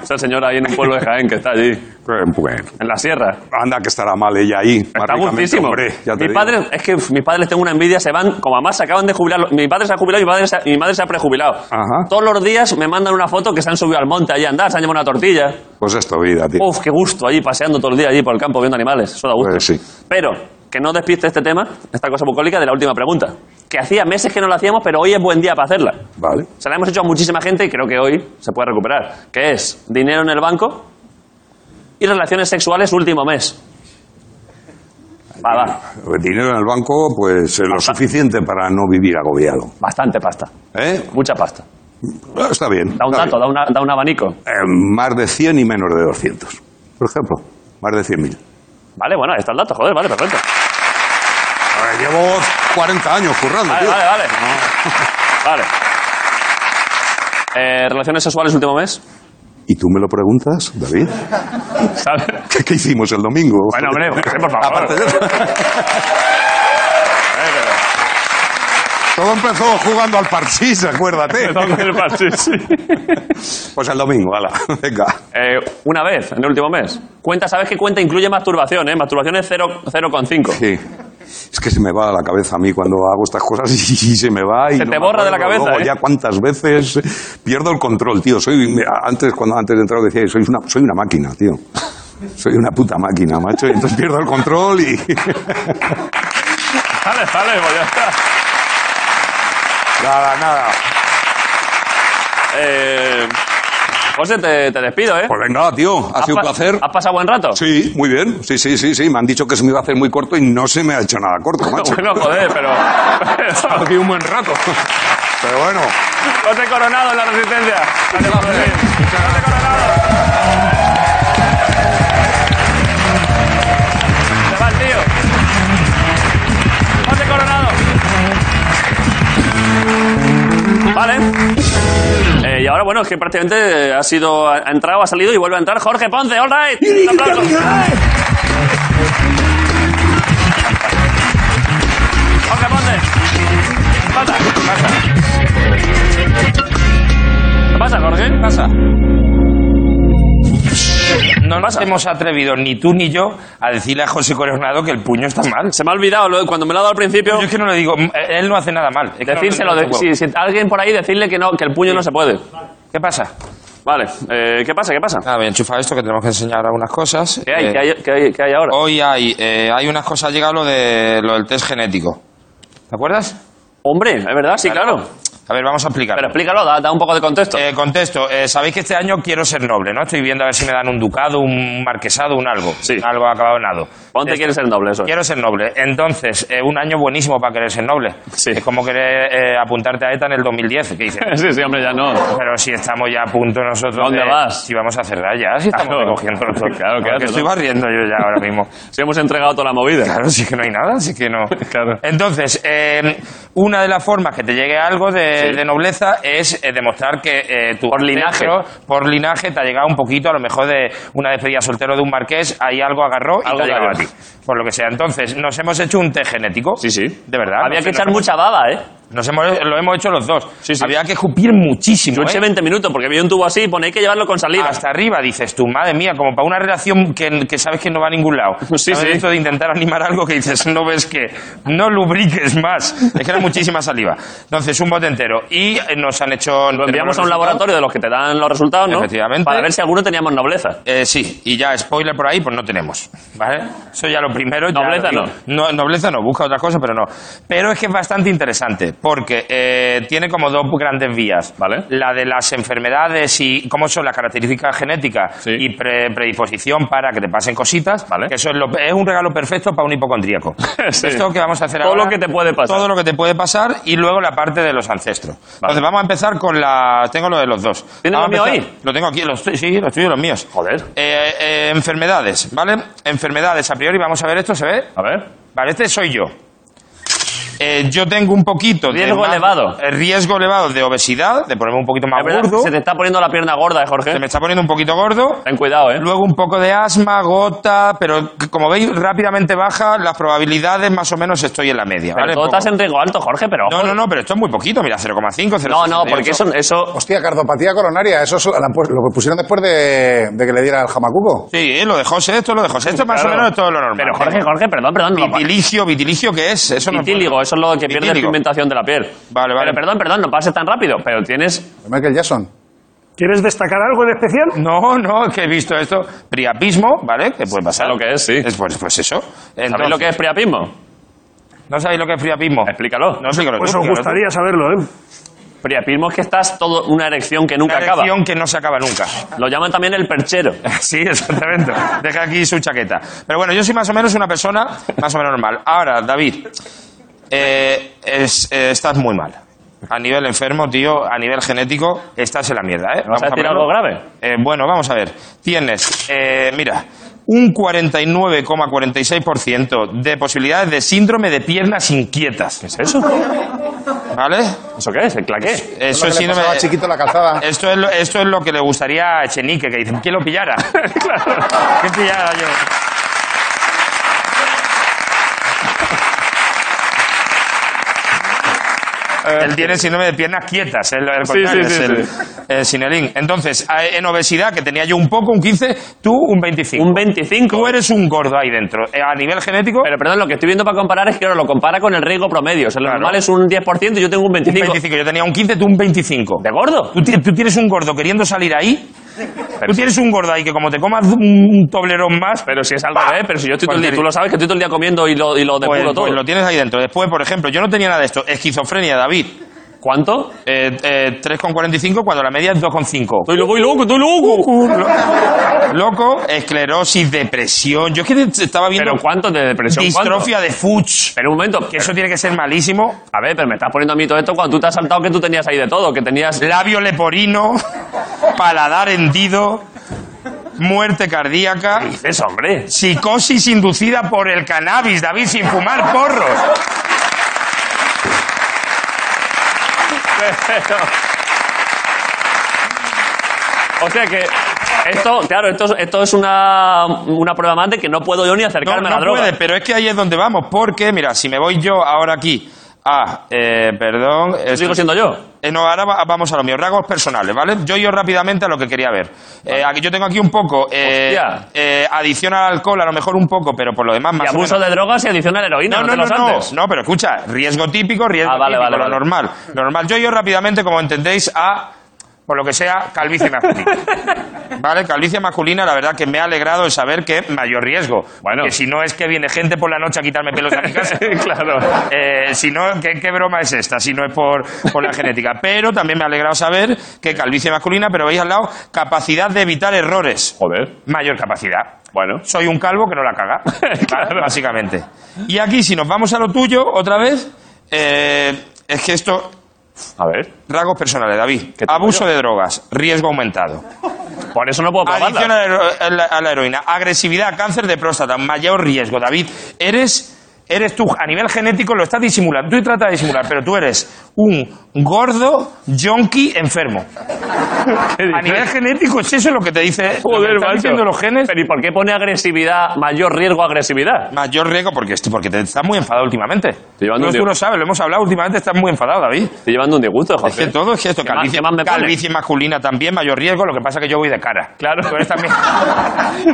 Speaker 1: Esa señora ahí en un pueblo de Jaén que está allí. En la sierra.
Speaker 6: pues, Anda, que estará mal ella ahí.
Speaker 1: Está gustísimo. Mis padres, es que mis padres les tengo una envidia, se van, como además se acaban de jubilar. Mi padre se ha jubilado y mi, padre se ha- mi madre se ha prejubilado. Todos los días me mandan una foto que se han subido al monte allí a andar, se han llevado una tortilla.
Speaker 6: Pues esto, vida, tío.
Speaker 1: Uf, qué gusto allí, paseando todo el día allí por el campo viendo animales. Eso da gusto.
Speaker 6: Pues sí.
Speaker 1: Pero, que no despiste este tema, esta cosa bucólica, de la última pregunta. Que hacía meses que no la hacíamos, pero hoy es buen día para hacerla.
Speaker 6: Vale.
Speaker 1: Se la hemos hecho a muchísima gente y creo que hoy se puede recuperar. Que es dinero en el banco y relaciones sexuales último mes. Va, va.
Speaker 6: Dinero en el banco, pues eh, lo suficiente para no vivir agobiado.
Speaker 1: Bastante pasta.
Speaker 6: ¿Eh?
Speaker 1: Mucha pasta.
Speaker 6: Ah, Está bien.
Speaker 1: Da un
Speaker 6: está
Speaker 1: dato, da, una- da un abanico.
Speaker 6: bien. Eh, más de 100 y menos de 200. Por ejemplo, más de 100.000.
Speaker 1: Vale, bueno, ahí está el dato, joder, vale, perfecto.
Speaker 6: A ver, Llevo 40 años currando,
Speaker 1: Vale,
Speaker 6: tío.
Speaker 1: vale, vale. Vale. Eh, relaciones sexuales último mes.
Speaker 6: ¿Y tú me lo preguntas, David?
Speaker 1: ¿Sabes?
Speaker 6: ¿Qué, qué hicimos el domingo?
Speaker 1: Bueno, hombre, José, por favor.
Speaker 6: Aparte de eso.
Speaker 1: ¿eh?
Speaker 6: Todo empezó jugando al parchís, acuérdate.
Speaker 1: Empezó con el parchís,
Speaker 6: Pues el domingo, ala, venga.
Speaker 1: Eh, una vez, en el último mes. Cuenta, ¿sabes qué cuenta incluye masturbación, eh? Masturbación es cero- 0,5.
Speaker 6: Sí. Es que se me va a la cabeza a mí cuando hago estas cosas y, se me va. Y
Speaker 1: Se te
Speaker 6: no me
Speaker 1: borra de la
Speaker 6: acuerdo.
Speaker 1: cabeza,
Speaker 6: Luego
Speaker 1: ¿eh?
Speaker 6: Ya cuántas veces pierdo el control, tío. Soy, me- antes, cuando antes de entrar decía, soy una, soy una máquina, tío. Soy una puta máquina, macho. Y entonces pierdo el control y...
Speaker 1: Vale, vale, pues ya está.
Speaker 6: nada, nada.
Speaker 1: Eh, José, te, te despido, ¿eh?
Speaker 6: Pues venga, tío. Ha
Speaker 1: ¿Has
Speaker 6: sido un
Speaker 1: pa-
Speaker 6: placer.
Speaker 1: ¿Has pasado buen rato?
Speaker 6: Sí, muy bien. Sí, sí, sí, sí. Me han dicho que se me iba a hacer muy corto y no se me ha hecho nada corto, macho.
Speaker 1: Bueno, joder, pero... pero-
Speaker 6: Aquí un buen rato. Pero bueno.
Speaker 1: José Coronado en la Resistencia. Dale, vamos, José. José Coronado. Se va el tío. José Coronado. Vale. Eh, y ahora, bueno, es que prácticamente eh, ha sido, ha ha entrado, ha salido y vuelve a entrar Jorge Ponce. All right. Un aplauso. Jorge Ponce. ¿Qué pasa? ¿Qué pasa, Jorge? ¿Qué pasa?
Speaker 11: No nos hemos atrevido, ni tú ni yo, a decirle a José Coronado que el puño está mal.
Speaker 1: Se me ha olvidado lo- cuando me lo ha dado al principio.
Speaker 11: Yo es que no le digo, m- eh, él no hace nada mal. Es que no-
Speaker 1: Decírselo,
Speaker 11: no-
Speaker 1: de- si, si alguien por ahí decirle que no, que el puño no se puede.
Speaker 11: ¿Qué pasa?
Speaker 1: Vale, eh, ¿qué pasa? ¿Qué pasa?
Speaker 11: Nada, voy a enchufar esto que tenemos que enseñar algunas cosas.
Speaker 1: ¿Qué hay?
Speaker 11: Eh,
Speaker 1: ¿Qué hay, qué hay- qué hay ahora?
Speaker 11: Hoy hay, eh, hay unas cosas, ha llegado lo, de, lo del test genético. ¿Te acuerdas?
Speaker 1: Hombre, es verdad, sí, claro.
Speaker 11: A ver, vamos a explicar.
Speaker 1: Pero explícalo, da, da un poco de contexto.
Speaker 11: Eh, contesto, eh, sabéis que este año quiero ser noble, ¿no? Estoy viendo a ver si me dan un ducado, un marquesado, un algo.
Speaker 1: Sí.
Speaker 11: Algo acabado en ado.
Speaker 1: Ponte
Speaker 11: Este-
Speaker 1: quiere ser noble, eso. es.
Speaker 11: Quiero ser noble. Entonces, eh, un año buenísimo para querer ser noble.
Speaker 1: Sí.
Speaker 11: Es como querer eh, apuntarte a ETA en el 2010, que dices,
Speaker 1: Sí, sí, hombre, ya no.
Speaker 11: pero si estamos ya a punto nosotros
Speaker 1: ¿Dónde
Speaker 11: de-
Speaker 1: vas?
Speaker 11: Si vamos a cerrar ya, si estamos
Speaker 1: Claro.
Speaker 11: recogiendo nosotros.
Speaker 1: Claro, claro,
Speaker 11: que estoy
Speaker 1: ¿no?
Speaker 11: barriendo yo ya ahora mismo.
Speaker 1: Si hemos entregado toda la movida.
Speaker 11: Claro, sí que no hay nada, sí que no.
Speaker 1: Claro.
Speaker 11: Entonces, eh, una de las formas que te llegue algo de,
Speaker 1: Sí.
Speaker 11: de nobleza es eh, demostrar que eh, tu
Speaker 1: Por
Speaker 11: ancestro, por linaje te ha llegado un poquito, a lo mejor de una despedida soltero de un marqués, ahí algo agarró y
Speaker 1: Algo
Speaker 11: te ha llegado a
Speaker 1: agarró.
Speaker 11: ti. Por lo que sea. Entonces, nos hemos hecho un té genético.
Speaker 1: Sí, sí.
Speaker 11: De verdad.
Speaker 1: Había
Speaker 11: Nos-
Speaker 1: que
Speaker 11: nos
Speaker 1: echar
Speaker 11: hemos-
Speaker 1: mucha baba, ¿eh?
Speaker 11: Nos hemos, lo hemos hecho los dos.
Speaker 1: Sí, sí.
Speaker 11: Había que escupir muchísimo.
Speaker 1: Yo eché
Speaker 11: ¿eh? Ah,
Speaker 1: 20 minutos porque vi un tubo así y pone hay que llevarlo con salida.
Speaker 11: Hasta arriba, dices tú, madre mía, como para una relación que, que sabes que no va a ningún lado.
Speaker 1: Pues Sí,
Speaker 11: ¿Sabes
Speaker 1: sí.
Speaker 11: Esto de intentar animar algo que dices, no ves que no lubriques más. Es que era muchísima saliva. Entonces, un bote entero. Y eh, nos han hecho.
Speaker 1: Lo enviamos
Speaker 11: tenemos
Speaker 1: a un
Speaker 11: resultados.
Speaker 1: laboratorio de los que te dan los resultados, ¿no?
Speaker 11: Efectivamente.
Speaker 1: Para ver si alguno teníamos nobleza.
Speaker 11: Eh, sí, y ya, spoiler por ahí, pues no tenemos. ¿Vale? Eso ya lo primero. ya
Speaker 1: Nobleza
Speaker 11: lo digo. no. Nobleza no, busca otra cosa, pero no. Pero es que es bastante interesante, porque eh, tiene como dos grandes vías.
Speaker 1: Vale.
Speaker 11: La de las enfermedades y cómo son las características genéticas
Speaker 1: Sí.
Speaker 11: y pre- predisposición para que te pasen cositas.
Speaker 1: Vale.
Speaker 11: Que eso es, lo- es un regalo perfecto para un hipocondríaco.
Speaker 1: Sí.
Speaker 11: Esto que vamos a hacer
Speaker 1: Todo
Speaker 11: ahora.
Speaker 1: lo que te puede pasar.
Speaker 11: Todo lo que te puede pasar y luego la parte de los ancestros. Entonces vamos a empezar con la. Tengo lo de los dos.
Speaker 1: ¿Tienes
Speaker 11: Vamos
Speaker 1: lo mío
Speaker 11: a empezar-
Speaker 1: ahí?
Speaker 11: Lo tengo aquí, los, tu- sí, los tuyos y los míos.
Speaker 1: Joder.
Speaker 11: Eh, eh, enfermedades, ¿vale? Enfermedades, a priori, vamos a ver esto, ¿se ve?
Speaker 1: A ver.
Speaker 11: Vale, este soy yo.
Speaker 6: eh, yo tengo un poquito de...
Speaker 1: Riesgo
Speaker 6: ma-
Speaker 1: elevado.
Speaker 6: eh, Riesgo elevado de obesidad, de ponerme un poquito más
Speaker 1: Es verdad,
Speaker 6: gordo.
Speaker 1: se te está poniendo la pierna gorda, ¿eh, Jorge.
Speaker 6: Se me está poniendo un poquito gordo.
Speaker 1: Ten cuidado, ¿eh?
Speaker 6: Luego un poco de asma, gota, pero c- como veis, rápidamente baja. Las probabilidades más o menos estoy en la media.
Speaker 1: Pero
Speaker 6: ¿vale?
Speaker 1: todo
Speaker 6: Poco.
Speaker 1: estás en riesgo alto, Jorge, pero...
Speaker 6: No, no, no, pero esto es muy poquito, mira, 0,5, 0,5.
Speaker 1: No, no, porque eso... eso
Speaker 3: Hostia, cardiopatía coronaria, eso es la- lo que pusieron después de, de que le diera el jamacuco.
Speaker 6: Sí, eh, lo de José, esto lo de José, esto más
Speaker 1: Claro.
Speaker 6: o menos es todo lo normal.
Speaker 1: Pero Jorge, Jorge, perdón, perdón. no,
Speaker 6: Vitiligio, vitiligio, ¿qué es? Eso no es
Speaker 1: Vitíligo, eso es lo que pierde la
Speaker 6: Vitíligo.
Speaker 1: pigmentación de la piel.
Speaker 6: Vale, vale.
Speaker 1: Pero perdón, perdón, no pases tan rápido, pero tienes...
Speaker 3: Michael Jackson.
Speaker 6: ¿Quieres destacar algo en especial? No, no, que he visto esto. Priapismo, ¿vale? Que puede pasar.
Speaker 1: lo que es, sí.
Speaker 6: pues, pues eso.
Speaker 1: ¿Sabéis
Speaker 6: Entonces-
Speaker 1: lo que es priapismo?
Speaker 6: ¿No sabéis lo que es priapismo?
Speaker 1: Explícalo.
Speaker 6: No sé
Speaker 4: Pues os gustaría saberlo, ¿eh?
Speaker 1: Priapismo es que estás todo una erección que nunca
Speaker 6: Una
Speaker 1: acaba.
Speaker 6: erección que no se acaba nunca.
Speaker 1: Lo llaman también el perchero.
Speaker 6: Sí, exactamente. Deja aquí su chaqueta. Pero bueno, yo soy más o menos una persona más o menos normal. Ahora, David, eh, es- eh, estás muy mal. A nivel enfermo, tío, a nivel genético, estás en la mierda, ¿eh?
Speaker 1: ¿Vas a decir
Speaker 6: ponerlo.
Speaker 1: algo grave?
Speaker 6: Eh, bueno, vamos a ver. Tienes, eh, mira, un 49,46% de posibilidades de síndrome de piernas inquietas. ¿Qué es
Speaker 1: eso?
Speaker 6: ¿Vale?
Speaker 1: ¿Eso qué es? ¿El claqué?
Speaker 6: Eso es
Speaker 3: que le
Speaker 6: síndrome
Speaker 3: pasaba a chiquito en la calzada.
Speaker 6: esto es, lo, esto es lo que le gustaría a Chenique, que dicen, ¿quién lo pillara? claro, ¿quién pillara yo?
Speaker 11: Eh,
Speaker 6: Él tiene síndrome de piernas quietas, es lo- el
Speaker 1: Sí, sí,
Speaker 6: contrario,
Speaker 1: sí,
Speaker 6: es el, el sinelín. Entonces, a- en obesidad, que tenía yo un poco, un 15, tú un 25.
Speaker 1: Un 25.
Speaker 6: Tú eres un gordo ahí dentro. Eh, A nivel genético,
Speaker 1: Pero perdón, lo que estoy viendo para comparar es que ahora lo compara con el riesgo promedio. O sea, lo
Speaker 6: Claro.
Speaker 1: normal es un 10% y yo tengo un 25%.
Speaker 6: un 25. Yo tenía un 15, tú un 25.
Speaker 1: ¿De gordo?
Speaker 6: Tú, ti- tú tienes un gordo queriendo salir ahí. Tú tienes un gordo ahí que como te comas un, un toblerón más,
Speaker 1: Pero si es al
Speaker 6: ¡Pah!
Speaker 1: revés, pero si yo estoy todo el día,
Speaker 6: Cualquier-
Speaker 1: tú lo sabes que estoy todo el día comiendo y lo, y lo
Speaker 6: pues,
Speaker 1: depuro todo.
Speaker 6: pues lo tienes ahí dentro. Después, por ejemplo, yo no tenía nada de esto. Esquizofrenia, David.
Speaker 1: ¿Cuánto?
Speaker 6: Eh, eh, 3,45 cuando la media es 2,5.
Speaker 1: Estoy loco, estoy loco, estoy loco.
Speaker 6: Loco, esclerosis, depresión. Yo es que te- estaba viendo
Speaker 1: ¿Pero cuánto de depresión? ¿Cuánto?
Speaker 6: distrofia de Fuchs.
Speaker 1: Pero un momento,
Speaker 6: Que eso tiene que ser malísimo.
Speaker 1: A ver, pero me estás poniendo a mí todo esto cuando tú te has saltado que tú tenías ahí de todo, que tenías...
Speaker 6: Labio leporino, paladar hendido, muerte cardíaca.
Speaker 1: ¿Qué dices, hombre?
Speaker 6: Psicosis inducida por el cannabis, David, sin fumar porros.
Speaker 1: O sea que esto, claro, esto, esto es una, una prueba más de que no puedo yo ni
Speaker 6: No,
Speaker 1: acercarme a la
Speaker 6: no
Speaker 1: droga.
Speaker 6: puede, pero es que ahí es donde vamos. Porque, mira, si me voy yo ahora aquí a... eh, perdón. esto-
Speaker 1: Sigo siendo yo.
Speaker 6: Eh, no, ahora va- vamos a los míos, rasgos personales, ¿vale? Yo yo rápidamente a lo que quería ver. Eh, aquí- yo tengo aquí un poco... Eh,
Speaker 1: Hostia.
Speaker 6: eh, adicción al alcohol, a lo mejor un poco, pero por lo demás
Speaker 1: Y
Speaker 6: más o
Speaker 1: abuso
Speaker 6: menos.
Speaker 1: de drogas y adicción a la heroína,
Speaker 6: No,
Speaker 1: no,
Speaker 6: no,
Speaker 1: te
Speaker 6: no,
Speaker 1: lo
Speaker 6: no,
Speaker 1: saltes.
Speaker 6: no, pero escucha, riesgo típico, riesgo
Speaker 1: Ah, vale,
Speaker 6: típico,
Speaker 1: vale,
Speaker 6: lo
Speaker 1: vale.
Speaker 6: normal, lo normal. Yo yo rápidamente, como entendéis, a, por lo que sea, calvicie masculina. vale, calvicie masculina, la verdad que me ha alegrado el saber que mayor riesgo.
Speaker 1: Bueno.
Speaker 6: Que si no es que viene gente por la noche a quitarme pelos a mi casa.
Speaker 1: Claro.
Speaker 6: Eh, si no, ¿qué, qué broma es esta? Si no es por, por la genética. Pero también me ha alegrado saber que calvicie masculina, pero veis al lado, capacidad de evitar errores.
Speaker 1: Joder.
Speaker 6: Mayor capacidad.
Speaker 1: Bueno.
Speaker 6: Soy un calvo que no la caga, ¿vale? básicamente. Y aquí, si nos vamos a lo tuyo, otra vez, eh, es que esto,
Speaker 1: A ver.
Speaker 6: rasgos personales, David.
Speaker 1: ¿Qué tengo
Speaker 6: Abuso
Speaker 1: yo?
Speaker 6: de drogas, riesgo aumentado.
Speaker 1: Por eso no puedo probarla.
Speaker 6: Adicción a la, hero- a la- a la heroína, agresividad, cáncer de próstata, mayor riesgo. David, eres, eres tú, a nivel genético lo estás disimulando, tú tratas de disimular, pero tú eres un gordo, yonki, enfermo. A nivel genético es eso lo que te dice, lo que te
Speaker 1: Joder,
Speaker 6: están
Speaker 1: macho.
Speaker 6: diciendo los genes.
Speaker 1: Pero ¿y por qué pone agresividad, mayor riesgo a agresividad?
Speaker 6: Mayor riesgo porque, est- porque te estás muy enfadado últimamente.
Speaker 1: llevando
Speaker 6: No,
Speaker 1: un
Speaker 6: tú
Speaker 1: tío-
Speaker 6: lo sabes, lo hemos hablado últimamente, estás muy enfadado, David.
Speaker 1: Estoy llevando un disgusto,
Speaker 6: Es que
Speaker 1: Jorge.
Speaker 6: todo es que esto,
Speaker 1: ¿Qué más-
Speaker 6: calvicie,
Speaker 1: qué más me pone?
Speaker 6: calvicie masculina también, mayor riesgo, lo que pasa es que yo voy de cara. Claro. Tú eres también...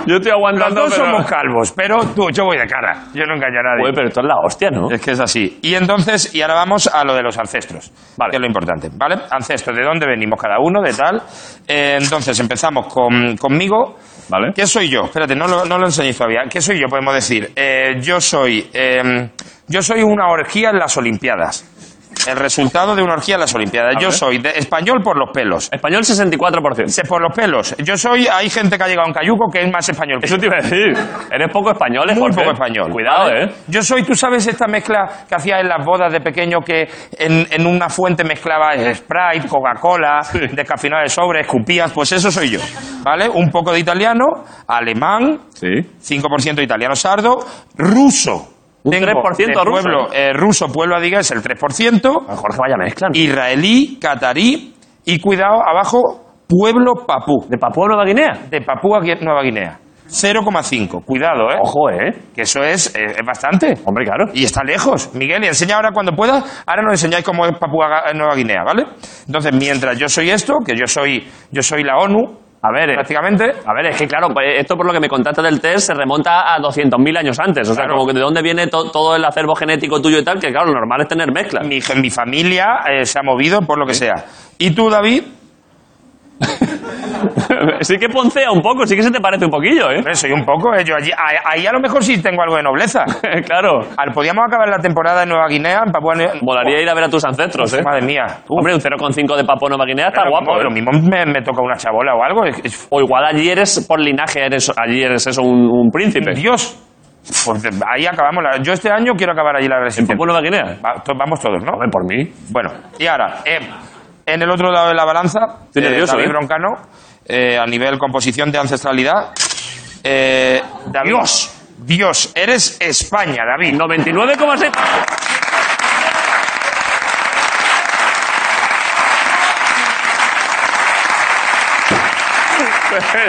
Speaker 1: Yo estoy
Speaker 6: Los
Speaker 1: aguantando,
Speaker 6: dos
Speaker 1: pero...
Speaker 6: somos calvos, pero tú, yo voy de cara. Yo no engaño a nadie.
Speaker 1: Joder, pero esto es la hostia, ¿no?
Speaker 6: Es que es así. Y entonces, y ahora vamos a lo de los ancestros,
Speaker 1: Vale.
Speaker 6: que es lo importante, ¿vale? Ancestros, ¿de dónde venimos cada uno, de tal? Eh, entonces, empezamos con, conmigo.
Speaker 1: Vale.
Speaker 6: ¿Qué soy yo? Espérate, no lo, no lo enseñéis todavía. ¿Qué soy yo, podemos decir? Eh, yo soy... eh, yo soy una orgía en las Olimpiadas. El resultado de una orgía en las Olimpiadas.
Speaker 1: A
Speaker 6: Yo
Speaker 1: ver.
Speaker 6: soy de- español por los pelos.
Speaker 1: Español 64%.
Speaker 6: Se- Por los pelos. Yo soy... Hay gente que ha llegado a un cayuco que es más español que yo.
Speaker 1: Eso te iba a decir. Eres poco español, eh,
Speaker 6: Muy
Speaker 1: Jorge.
Speaker 6: poco español.
Speaker 1: Cuidado,
Speaker 6: ¿vale?
Speaker 1: ¿eh?
Speaker 6: Yo soy, tú sabes, esta mezcla que hacía en las bodas de pequeño que en, en una fuente mezclaba Sprite, Coca-Cola, descafeinado de sobre, escupías, pues eso soy yo. ¿Vale? Un poco de italiano, alemán,
Speaker 1: Sí.
Speaker 6: 5% de italiano sardo, ruso.
Speaker 1: Un 3% ruso. Ah,
Speaker 11: Pueblo, eh, ruso, pueblo adiga es el 3%.
Speaker 1: Jorge, vaya mezcla. ¿no?
Speaker 11: Israelí, catarí y cuidado, abajo, pueblo papú.
Speaker 1: ¿De Papúa Nueva Guinea?
Speaker 11: De Papúa Gui- Nueva Guinea. 0,5. Cuidado, ¿eh?
Speaker 1: Ojo, ¿eh?
Speaker 11: Que eso es, eh, es bastante.
Speaker 1: Hombre, claro.
Speaker 11: Y está lejos. Miguel, y enseña ahora cuando pueda. Ahora nos enseñáis cómo es Papúa Ga- eh, Nueva Guinea, ¿vale? Entonces, mientras yo soy esto, que yo soy, yo soy la ONU,
Speaker 1: A ver, eh,
Speaker 11: prácticamente.
Speaker 1: a ver, es que claro, pues, esto por lo que me contaste del test se remonta a 200.000 años antes. O sea,
Speaker 11: Claro.
Speaker 1: como que de dónde viene to- todo el acervo genético tuyo y tal, que claro, lo normal es tener mezclas.
Speaker 11: Mi, gen- mi familia eh, se ha movido por lo que sea. ¿Y tú, David?
Speaker 1: sí que poncea un poco, sí que se te parece un poquillo, ¿eh?
Speaker 11: Hombre, soy un poco, eh, yo allí, a- ahí a lo mejor sí tengo algo de nobleza.
Speaker 1: claro.
Speaker 11: Al, podíamos acabar la temporada en Nueva Guinea, en Papúa Nue-
Speaker 1: Volaría ir a ver a tus ancestros, ¿eh?
Speaker 11: Madre mía.
Speaker 1: Hombre, un 0,5 de Papúa Nueva Guinea está
Speaker 11: Pero
Speaker 1: guapo.
Speaker 11: como Lo
Speaker 1: ¿eh?
Speaker 11: mismo me, me toca una chabola o algo. es- es-
Speaker 1: O igual allí eres por linaje, eres, allí eres eso, un, un príncipe.
Speaker 11: Dios. Pues de- ahí acabamos. la- yo este año quiero acabar allí la
Speaker 1: ¿En
Speaker 11: resistencia.
Speaker 1: Papúa Nueva Guinea?
Speaker 11: Va- to- vamos todos, ¿no?
Speaker 1: Hombre, por mí.
Speaker 11: Bueno, y ahora, eh, en el otro lado de la balanza,
Speaker 1: Estoy nervioso,
Speaker 11: David
Speaker 1: ¿eh?
Speaker 11: Broncano, eh, a nivel composición de ancestralidad. eh, David- Dios. Dios, eres España, David.
Speaker 1: 99,6.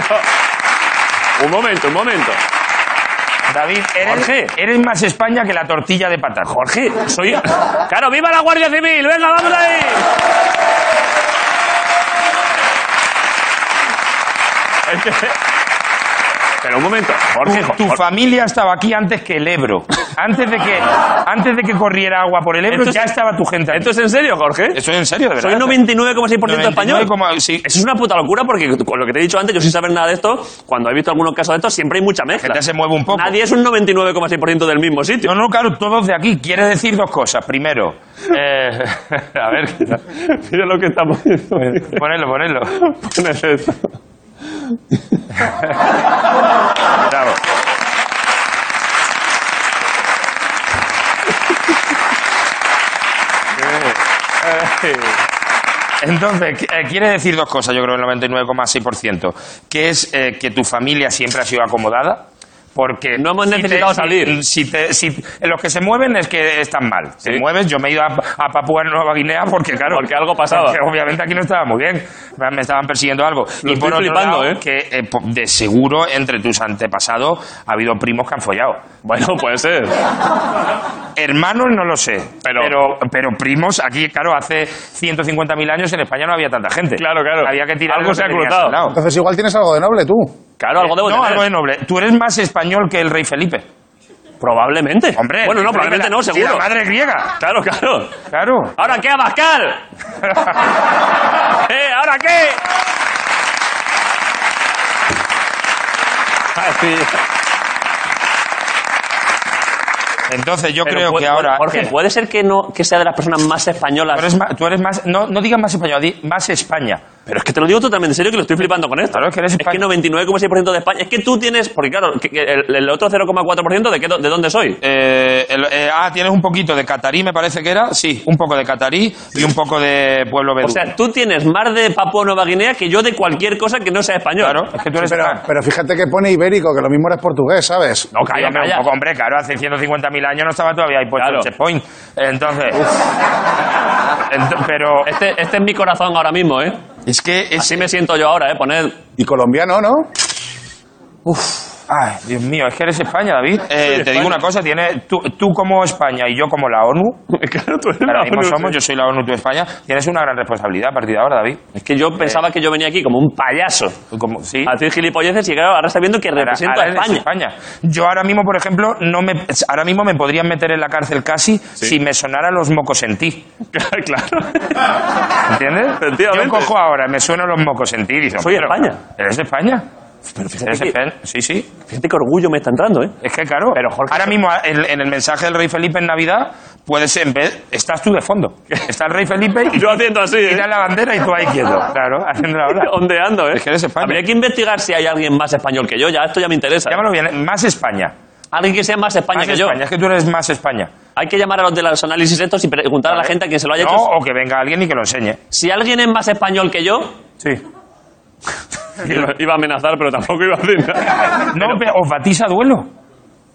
Speaker 1: Pero- Un momento, un momento.
Speaker 11: David, eres,
Speaker 1: Jorge.
Speaker 11: eres más España que la tortilla de patata.
Speaker 1: Jorge, soy. ¡Claro, viva la Guardia Civil! ¡Venga, vamos ahí! Es que- Pero un momento, Jorge.
Speaker 11: Tu, tu
Speaker 1: Jorge.
Speaker 11: familia estaba aquí antes que el Ebro. Antes de que, antes de que corriera agua por el Ebro,
Speaker 1: Esto es-
Speaker 11: ya estaba tu gente aquí.
Speaker 1: ¿Esto es en serio, Jorge?
Speaker 11: Eso es en serio, de verdad.
Speaker 1: Soy 99,6%
Speaker 11: 99,6.
Speaker 1: español.
Speaker 11: Sí.
Speaker 1: Eso es una puta locura porque, con lo que te he dicho antes, yo sin saber nada de esto, cuando he visto algunos casos de esto, siempre hay mucha mezcla.
Speaker 11: gente se mueve un poco.
Speaker 1: Nadie es un 99,6% del mismo sitio.
Speaker 11: No, no, claro, todos de aquí. Quiere decir dos cosas. Primero, eh, a ver,
Speaker 1: Mira lo que está poniendo.
Speaker 11: ponelo, ponelo.
Speaker 1: Pones esto.
Speaker 11: Bravo. Entonces, qu- eh, quiere decir dos cosas, yo creo, el 99,6%. Que es eh, que tu familia siempre ha sido acomodada, porque...
Speaker 1: No hemos
Speaker 11: si te-
Speaker 1: necesitado
Speaker 11: si-
Speaker 1: salir.
Speaker 11: Si te- si- los que se mueven es que están mal. Se
Speaker 1: Sí.
Speaker 11: mueves, yo me he ido a, a Papúa Nueva Guinea porque, claro...
Speaker 1: Porque algo pasaba.
Speaker 11: porque obviamente aquí no estaba muy bien. Me me estaban persiguiendo algo.
Speaker 1: Lo estoy
Speaker 11: otro
Speaker 1: flipando,
Speaker 11: lado,
Speaker 1: ¿eh?
Speaker 11: ¿eh? que eh, po- de seguro entre tus antepasados ha habido primos que han follado.
Speaker 1: Bueno, puede ser.
Speaker 11: Hermanos no lo sé,
Speaker 1: Pero-
Speaker 11: pero, pero, primos, aquí, claro, hace 150.000 años en España no había tanta gente.
Speaker 1: Claro, claro.
Speaker 11: Había que tirar
Speaker 1: Algo
Speaker 11: lo que
Speaker 1: se ha
Speaker 11: tenías
Speaker 1: cruzado.
Speaker 11: al lado.
Speaker 3: Entonces igual tienes algo de noble tú.
Speaker 1: Claro, algo debo
Speaker 11: No,
Speaker 1: tener.
Speaker 11: algo de noble. Tú eres más español que el rey Felipe.
Speaker 1: Probablemente.
Speaker 11: Hombre.
Speaker 1: Bueno, no,
Speaker 11: el rey Felipe
Speaker 1: probablemente
Speaker 11: la-
Speaker 1: no,
Speaker 11: si
Speaker 1: seguro.
Speaker 11: la madre es griega.
Speaker 1: Claro, claro.
Speaker 11: Claro.
Speaker 1: ¿Ahora qué, Abascal? ¿Eh? ¿Ahora qué? Así es.
Speaker 11: Entonces yo
Speaker 1: Pero
Speaker 11: creo
Speaker 1: puede-
Speaker 11: que ahora...
Speaker 1: Jorge,
Speaker 11: que-
Speaker 1: ¿puede ser que, no, que sea de las personas más españolas?
Speaker 11: tú eres más... tú eres más- no, no digas más español, di más España.
Speaker 1: Pero es que te lo digo totalmente en serio que lo estoy flipando con esto.
Speaker 11: Claro, es que eres español.
Speaker 1: 99,6% de España. Es que tú tienes. Porque claro, que- que el, el otro 0,4% de, qué do- de dónde soy.
Speaker 11: Eh, el- eh, ah, tienes un poquito de catarí, me parece que era. Sí, un poco de catarí y un poco de pueblo
Speaker 1: O
Speaker 11: beduino.
Speaker 1: sea, tú tienes más de Papua Nueva Guinea que yo de cualquier cosa que no sea español.
Speaker 11: claro, es que tú eres...
Speaker 3: Pero,
Speaker 11: Ah,
Speaker 3: pero fíjate que pone ibérico, que lo mismo eres portugués, ¿sabes?
Speaker 11: No, calla,
Speaker 1: calla.
Speaker 11: calla. Un poco, hombre, claro, hace 150.000 años no estaba todavía ahí puesto
Speaker 1: Claro.
Speaker 11: el checkpoint. Entonces... Ento- pero
Speaker 1: Este, este es mi corazón ahora mismo, ¿eh?
Speaker 11: es que es-
Speaker 1: Así me siento yo ahora, ¿eh? Poner.
Speaker 3: Y colombiano, ¿no?
Speaker 11: Ay, Dios mío, es que eres España, David. Eh, te digo una cosa, tiene, tú, tú como España y yo como la ONU,
Speaker 1: claro, tú eres
Speaker 11: ahora mismo
Speaker 1: la ONU,
Speaker 11: somos,
Speaker 1: sí.
Speaker 11: yo soy la ONU, tú España, tienes una gran responsabilidad a partir de ahora, David.
Speaker 1: Es que yo pensaba que yo venía aquí como un payaso
Speaker 11: Tú Eh, Como, sí.
Speaker 1: a decir gilipolleces y claro, ahora está viendo que
Speaker 11: Ahora-
Speaker 1: represento
Speaker 11: ahora
Speaker 1: a
Speaker 11: eres
Speaker 1: España.
Speaker 11: Yo ahora mismo, por ejemplo, no me, ahora mismo me podrían meter en la cárcel casi si me sonaran los mocos en ti.
Speaker 1: claro.
Speaker 11: ¿Entiendes?
Speaker 1: Efectivamente.
Speaker 11: Yo cojo ahora, me suenan los mocos en ti y dices,
Speaker 1: Soy
Speaker 11: pero,
Speaker 1: España.
Speaker 11: ¿Eres de España? ¿Eres
Speaker 1: que-
Speaker 11: España? Sí, sí.
Speaker 1: Fíjate qué orgullo me está entrando, ¿eh?
Speaker 11: Es que claro,
Speaker 1: Pero, Jorge,
Speaker 11: ahora
Speaker 1: eso-
Speaker 11: mismo en, en el mensaje del rey Felipe en Navidad, puedes en vez, estás tú de fondo. Está el rey Felipe y
Speaker 1: Yo haciendo así, ¿eh?
Speaker 11: tira la bandera y tú ahí quieto. Claro, haciendo la ola.
Speaker 1: Ondeando, ¿eh?
Speaker 11: Es que eres España.
Speaker 1: Habría que investigar si hay alguien más español que yo, ya, esto ya me interesa.
Speaker 11: Llámalo bien, más España.
Speaker 1: Alguien que sea más España
Speaker 11: Más
Speaker 1: que
Speaker 11: España,
Speaker 1: yo.
Speaker 11: es que tú eres más España.
Speaker 1: Hay que llamar a los de los análisis estos y preguntar a la gente a quien se lo haya
Speaker 11: no,
Speaker 1: hecho.
Speaker 11: o que venga alguien y que lo enseñe.
Speaker 1: Si alguien es más español que yo.
Speaker 11: Sí.
Speaker 1: Iba, a amenazar, pero tampoco iba a decir
Speaker 11: No, pero os batiza duelo.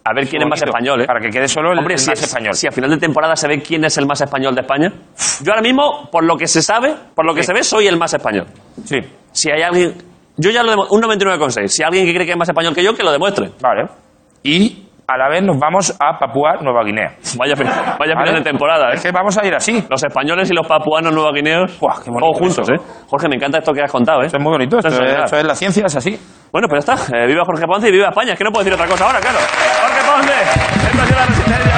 Speaker 1: A ver quién es más español, ¿eh?
Speaker 11: Para que quede solo el
Speaker 1: Hombre,
Speaker 11: el
Speaker 1: si
Speaker 11: más
Speaker 1: es-
Speaker 11: español.
Speaker 1: Si a final de temporada se ve quién es el más español de España. Yo ahora mismo, por lo que se sabe, por lo que
Speaker 11: Sí.
Speaker 1: se ve, soy el más español.
Speaker 11: Sí.
Speaker 1: Si hay alguien. Yo ya lo demo- un 99,6. Si hay alguien que cree que es más español que yo, que lo demuestre.
Speaker 11: Vale. Y a la vez nos vamos a Papúa Nueva Guinea.
Speaker 1: Vaya, fi- vaya final
Speaker 11: Vale.
Speaker 1: de temporada, ¿eh?
Speaker 11: Es que vamos a ir así.
Speaker 1: Los españoles y los papuanos nuevaguineos.
Speaker 11: Buah, qué bonito
Speaker 1: Todos juntos,
Speaker 11: eso.
Speaker 1: ¿eh? Jorge, me encanta esto que has contado, ¿eh?
Speaker 11: Esto es muy bonito. Esto,
Speaker 1: Esto es
Speaker 11: es,
Speaker 1: verdad.
Speaker 11: esto es la ciencia, es así.
Speaker 1: Bueno, pues ya está. Eh, viva Jorge Ponce y viva España. Es que no puedo decir otra cosa ahora, claro. Jorge Ponce, esto ha sido la resistencia.